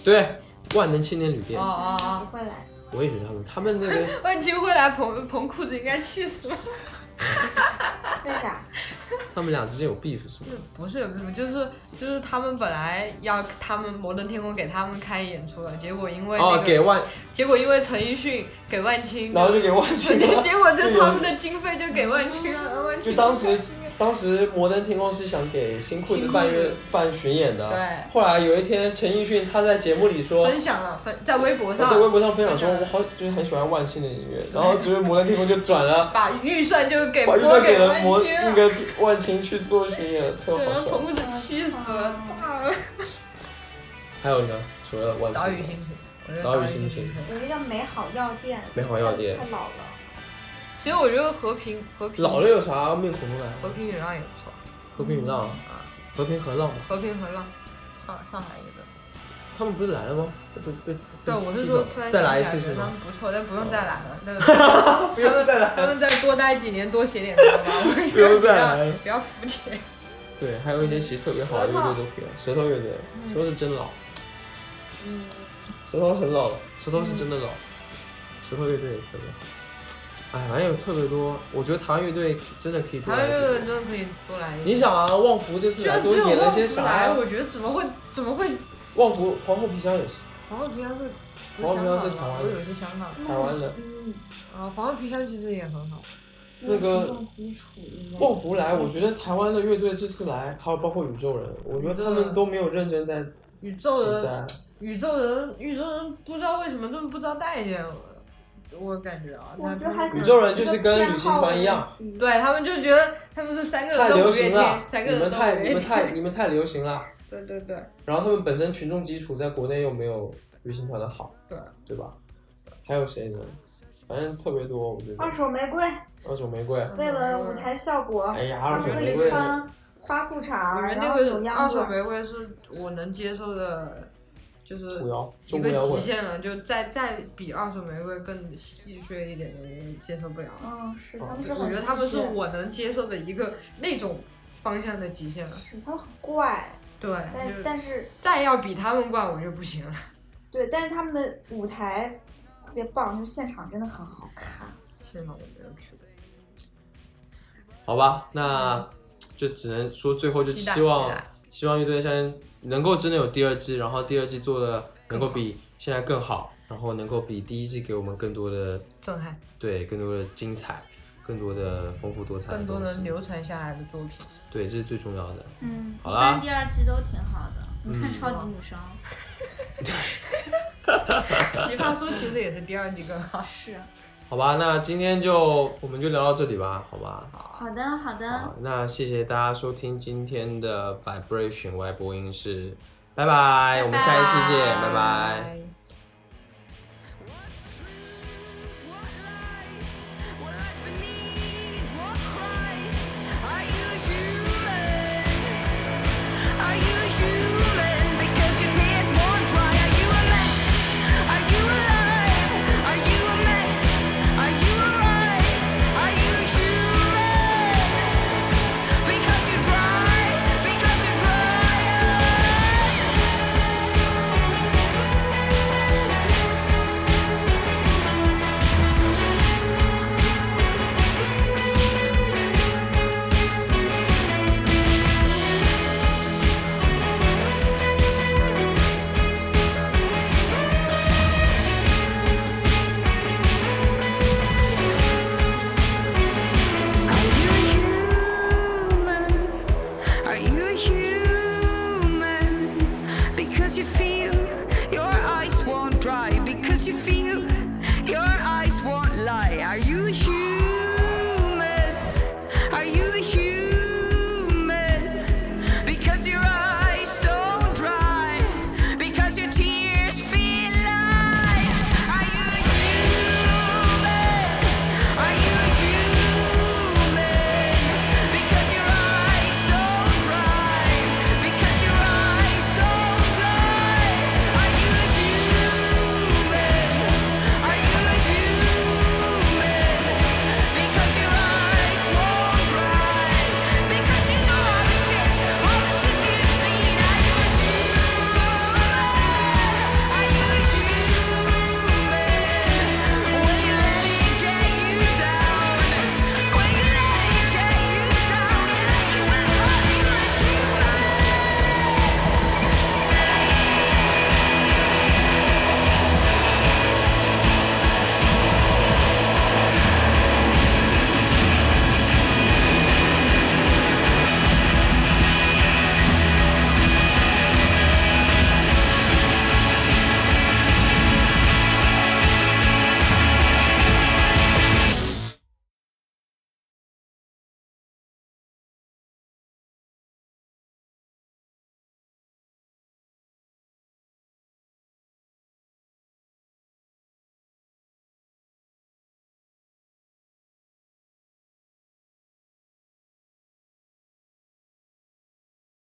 S1: 对，万能青年旅店
S2: 哦，哦
S3: 不
S2: 哦，
S3: 会来，
S1: 我也觉得他们他们那 个
S2: 万青会来捧 捧裤子，应该气死了。
S3: 为啥？
S1: 他们俩之间有 beef 是吗？
S2: 不是不是，就是就是他们本来要他们摩登天空给他们开演出了，结果因为、那个、
S1: 哦，给万，
S2: 结果因为陈奕迅给万青，
S1: 然后就给万青了。
S2: 结果就他们的经费就给万青了，万青
S1: 就当时，当时摩登天空是想给新裤子办乐办巡演的，
S2: 对
S1: 后来有一天，陈奕迅他在节目里 说，呃
S2: 分享了分在微博上
S1: 在微博上分享说，
S2: 分享
S1: 我好就是很喜欢万幸的音乐，然后就是摩登天空就转了，
S2: 把预算就给
S1: 把预
S2: 拨
S1: 算给了
S2: 万
S1: 摩
S2: 青
S1: 那
S2: 了，
S1: 个万青去做巡演，特
S2: 对，
S1: 好
S2: 让
S1: 笑
S2: 彭。子气死了，炸了。
S1: 还有呢，除了万
S2: 岛屿
S1: 幸，
S2: 心情，我觉得
S1: 岛屿
S2: 屿
S1: 心
S2: 心
S1: 情
S3: 有一个叫美好药店，
S1: 美好药店
S3: 太老了，
S2: 其实我觉得和平和平
S1: 老了有啥面孔都来，
S2: 和平与浪也不错
S1: 和平与浪，
S2: 啊，
S1: 和平和浪嘛，
S2: 和平和浪，上上海一个。嗯
S1: 他们不是来了吗？被被被
S2: 对，我是
S1: 踢
S2: 说
S1: 走
S2: 突然
S1: 再
S2: 想
S1: 来一
S2: 起
S1: 次
S2: 觉
S1: 是
S2: 得他
S1: 吗哦
S2: 们？不错，但不用再来了。 那个他们
S1: 再来了
S2: 他们再多待几年，多写点歌吧。我觉
S1: 不用
S2: 得比
S1: 再来
S2: 较比较肤浅。
S1: 对，还
S2: 嗯
S1: 有一些其实特别好的乐队都可以，舌头乐队，舌头是真老，
S3: 嗯，
S1: 舌头很老，
S2: 嗯
S1: 舌头是真的老，舌头乐队也特别好。哎，反正有特别多，我觉得台湾乐队真的可以多
S2: 台
S1: 来
S2: 湾
S1: 一
S2: 乐队真
S1: 些。
S2: 的可以多来一
S1: 你
S2: 点。
S1: 想啊，旺福这次
S2: 居
S1: 来
S2: 然
S1: 都
S2: 只有
S1: 演了
S2: 旺
S1: 些
S2: 福来，
S1: 啥？
S2: 我觉得怎么会怎么会？
S1: 旺福皇后皮箱也是，
S2: 皇后皮箱是
S1: 皇后皮箱是
S2: 香
S1: 台
S2: 港
S1: 湾的
S2: 吗？我以为是香港的。
S1: 台湾的
S2: 啊，皇后皮箱其实也很好。
S1: 那个
S3: 种基础音乐，
S1: 旺福来，我觉得台湾的乐队这次来，还有包括宇宙人，我觉得他们都没有认真在
S2: 宇宙人，
S1: 在。
S2: 宇宙人，宇宙人不知道为什么这么不知道待见我，我感觉啊，
S3: 我
S2: 他
S3: 觉得还是
S1: 宇宙人就是跟旅行团一样
S3: 一个偏好的问题，
S2: 对他们就觉得他们是三个人
S1: 太
S2: 都
S1: 流
S2: 五月
S1: 行
S2: 天
S1: 了，，
S2: 三个
S1: 你
S2: 人
S1: 们
S2: 都
S1: 太
S2: 五
S1: 你
S2: 月
S1: 们
S2: 天。
S1: 太你们太流行了。
S2: 对对对
S1: 然后他们本身群众基础在国内又没有旅行团的好，
S2: 对，
S3: 啊
S1: 对吧？还有谁呢？反正特别多，我觉得
S3: 二。手嗯玫瑰
S1: 二手玫瑰，
S3: 为了
S2: 嗯
S3: 舞台效果，
S1: 哎呀，
S3: 他
S1: 二
S3: 们
S1: 手
S3: 可
S1: 玫
S3: 以
S1: 瑰，
S3: 穿花裤衩，
S2: 你们
S3: 然
S2: 那
S3: 后扭
S2: 个
S3: 秧
S2: 二手
S3: 歌，
S2: 玫瑰是我能接受的，就是
S1: 土摇，
S2: 一
S1: 中国
S2: 个
S1: 摇
S2: 极
S1: 滚，
S2: 限了，就再再比二手玫瑰更戏谑一点的，我接受不了了。
S3: 嗯，是
S1: 哦
S3: 他们是
S2: 我
S3: 很
S2: 觉得他们是
S3: 细致
S2: 我能接受的一个那种方向的极限了。
S3: 是他们很怪，
S2: 对，
S3: 但是
S2: 就
S3: 但是
S2: 再要比他们怪我就不行了。
S3: 对，但是他们的舞台特别棒，就是现场真的很好看。
S2: 现场我没有去过，
S1: 好吧，那就只能说最后就
S2: 期待
S1: 希望
S2: 期待
S1: 希望乐队夏天能够真的有第二季，然后第二季做的能够比现在更好，然后能够比第一季给我们更多的
S2: 震撼，
S1: 对更多的精彩，更多的丰富多彩的
S2: 更多
S1: 东
S2: 能
S1: 西，
S2: 流传下来的作品。
S1: 对，这是最重要的。
S8: 嗯，
S1: 好
S8: 一
S1: 啦嗯
S8: 般第二季都挺好的。你看《超级女声
S2: 奇葩说其实也是第二季更好》。
S8: 是，
S1: 好吧，那今天就我们就聊到这里吧，好吧？
S8: 好的好的，
S1: 好，那谢谢大家收听今天的 Vibration 外播音室，拜拜，我们下一期见，拜拜。
S9: Are you human? Because your tears won't dry. Are you a mess? Are you alive? Are you a mess? Are you alright? Are you human? Because you're dry. Because you're dry. Are you human? Are you human? Because you feel your eyes won't dry. Because you feel your eyes won't lie. Are you human?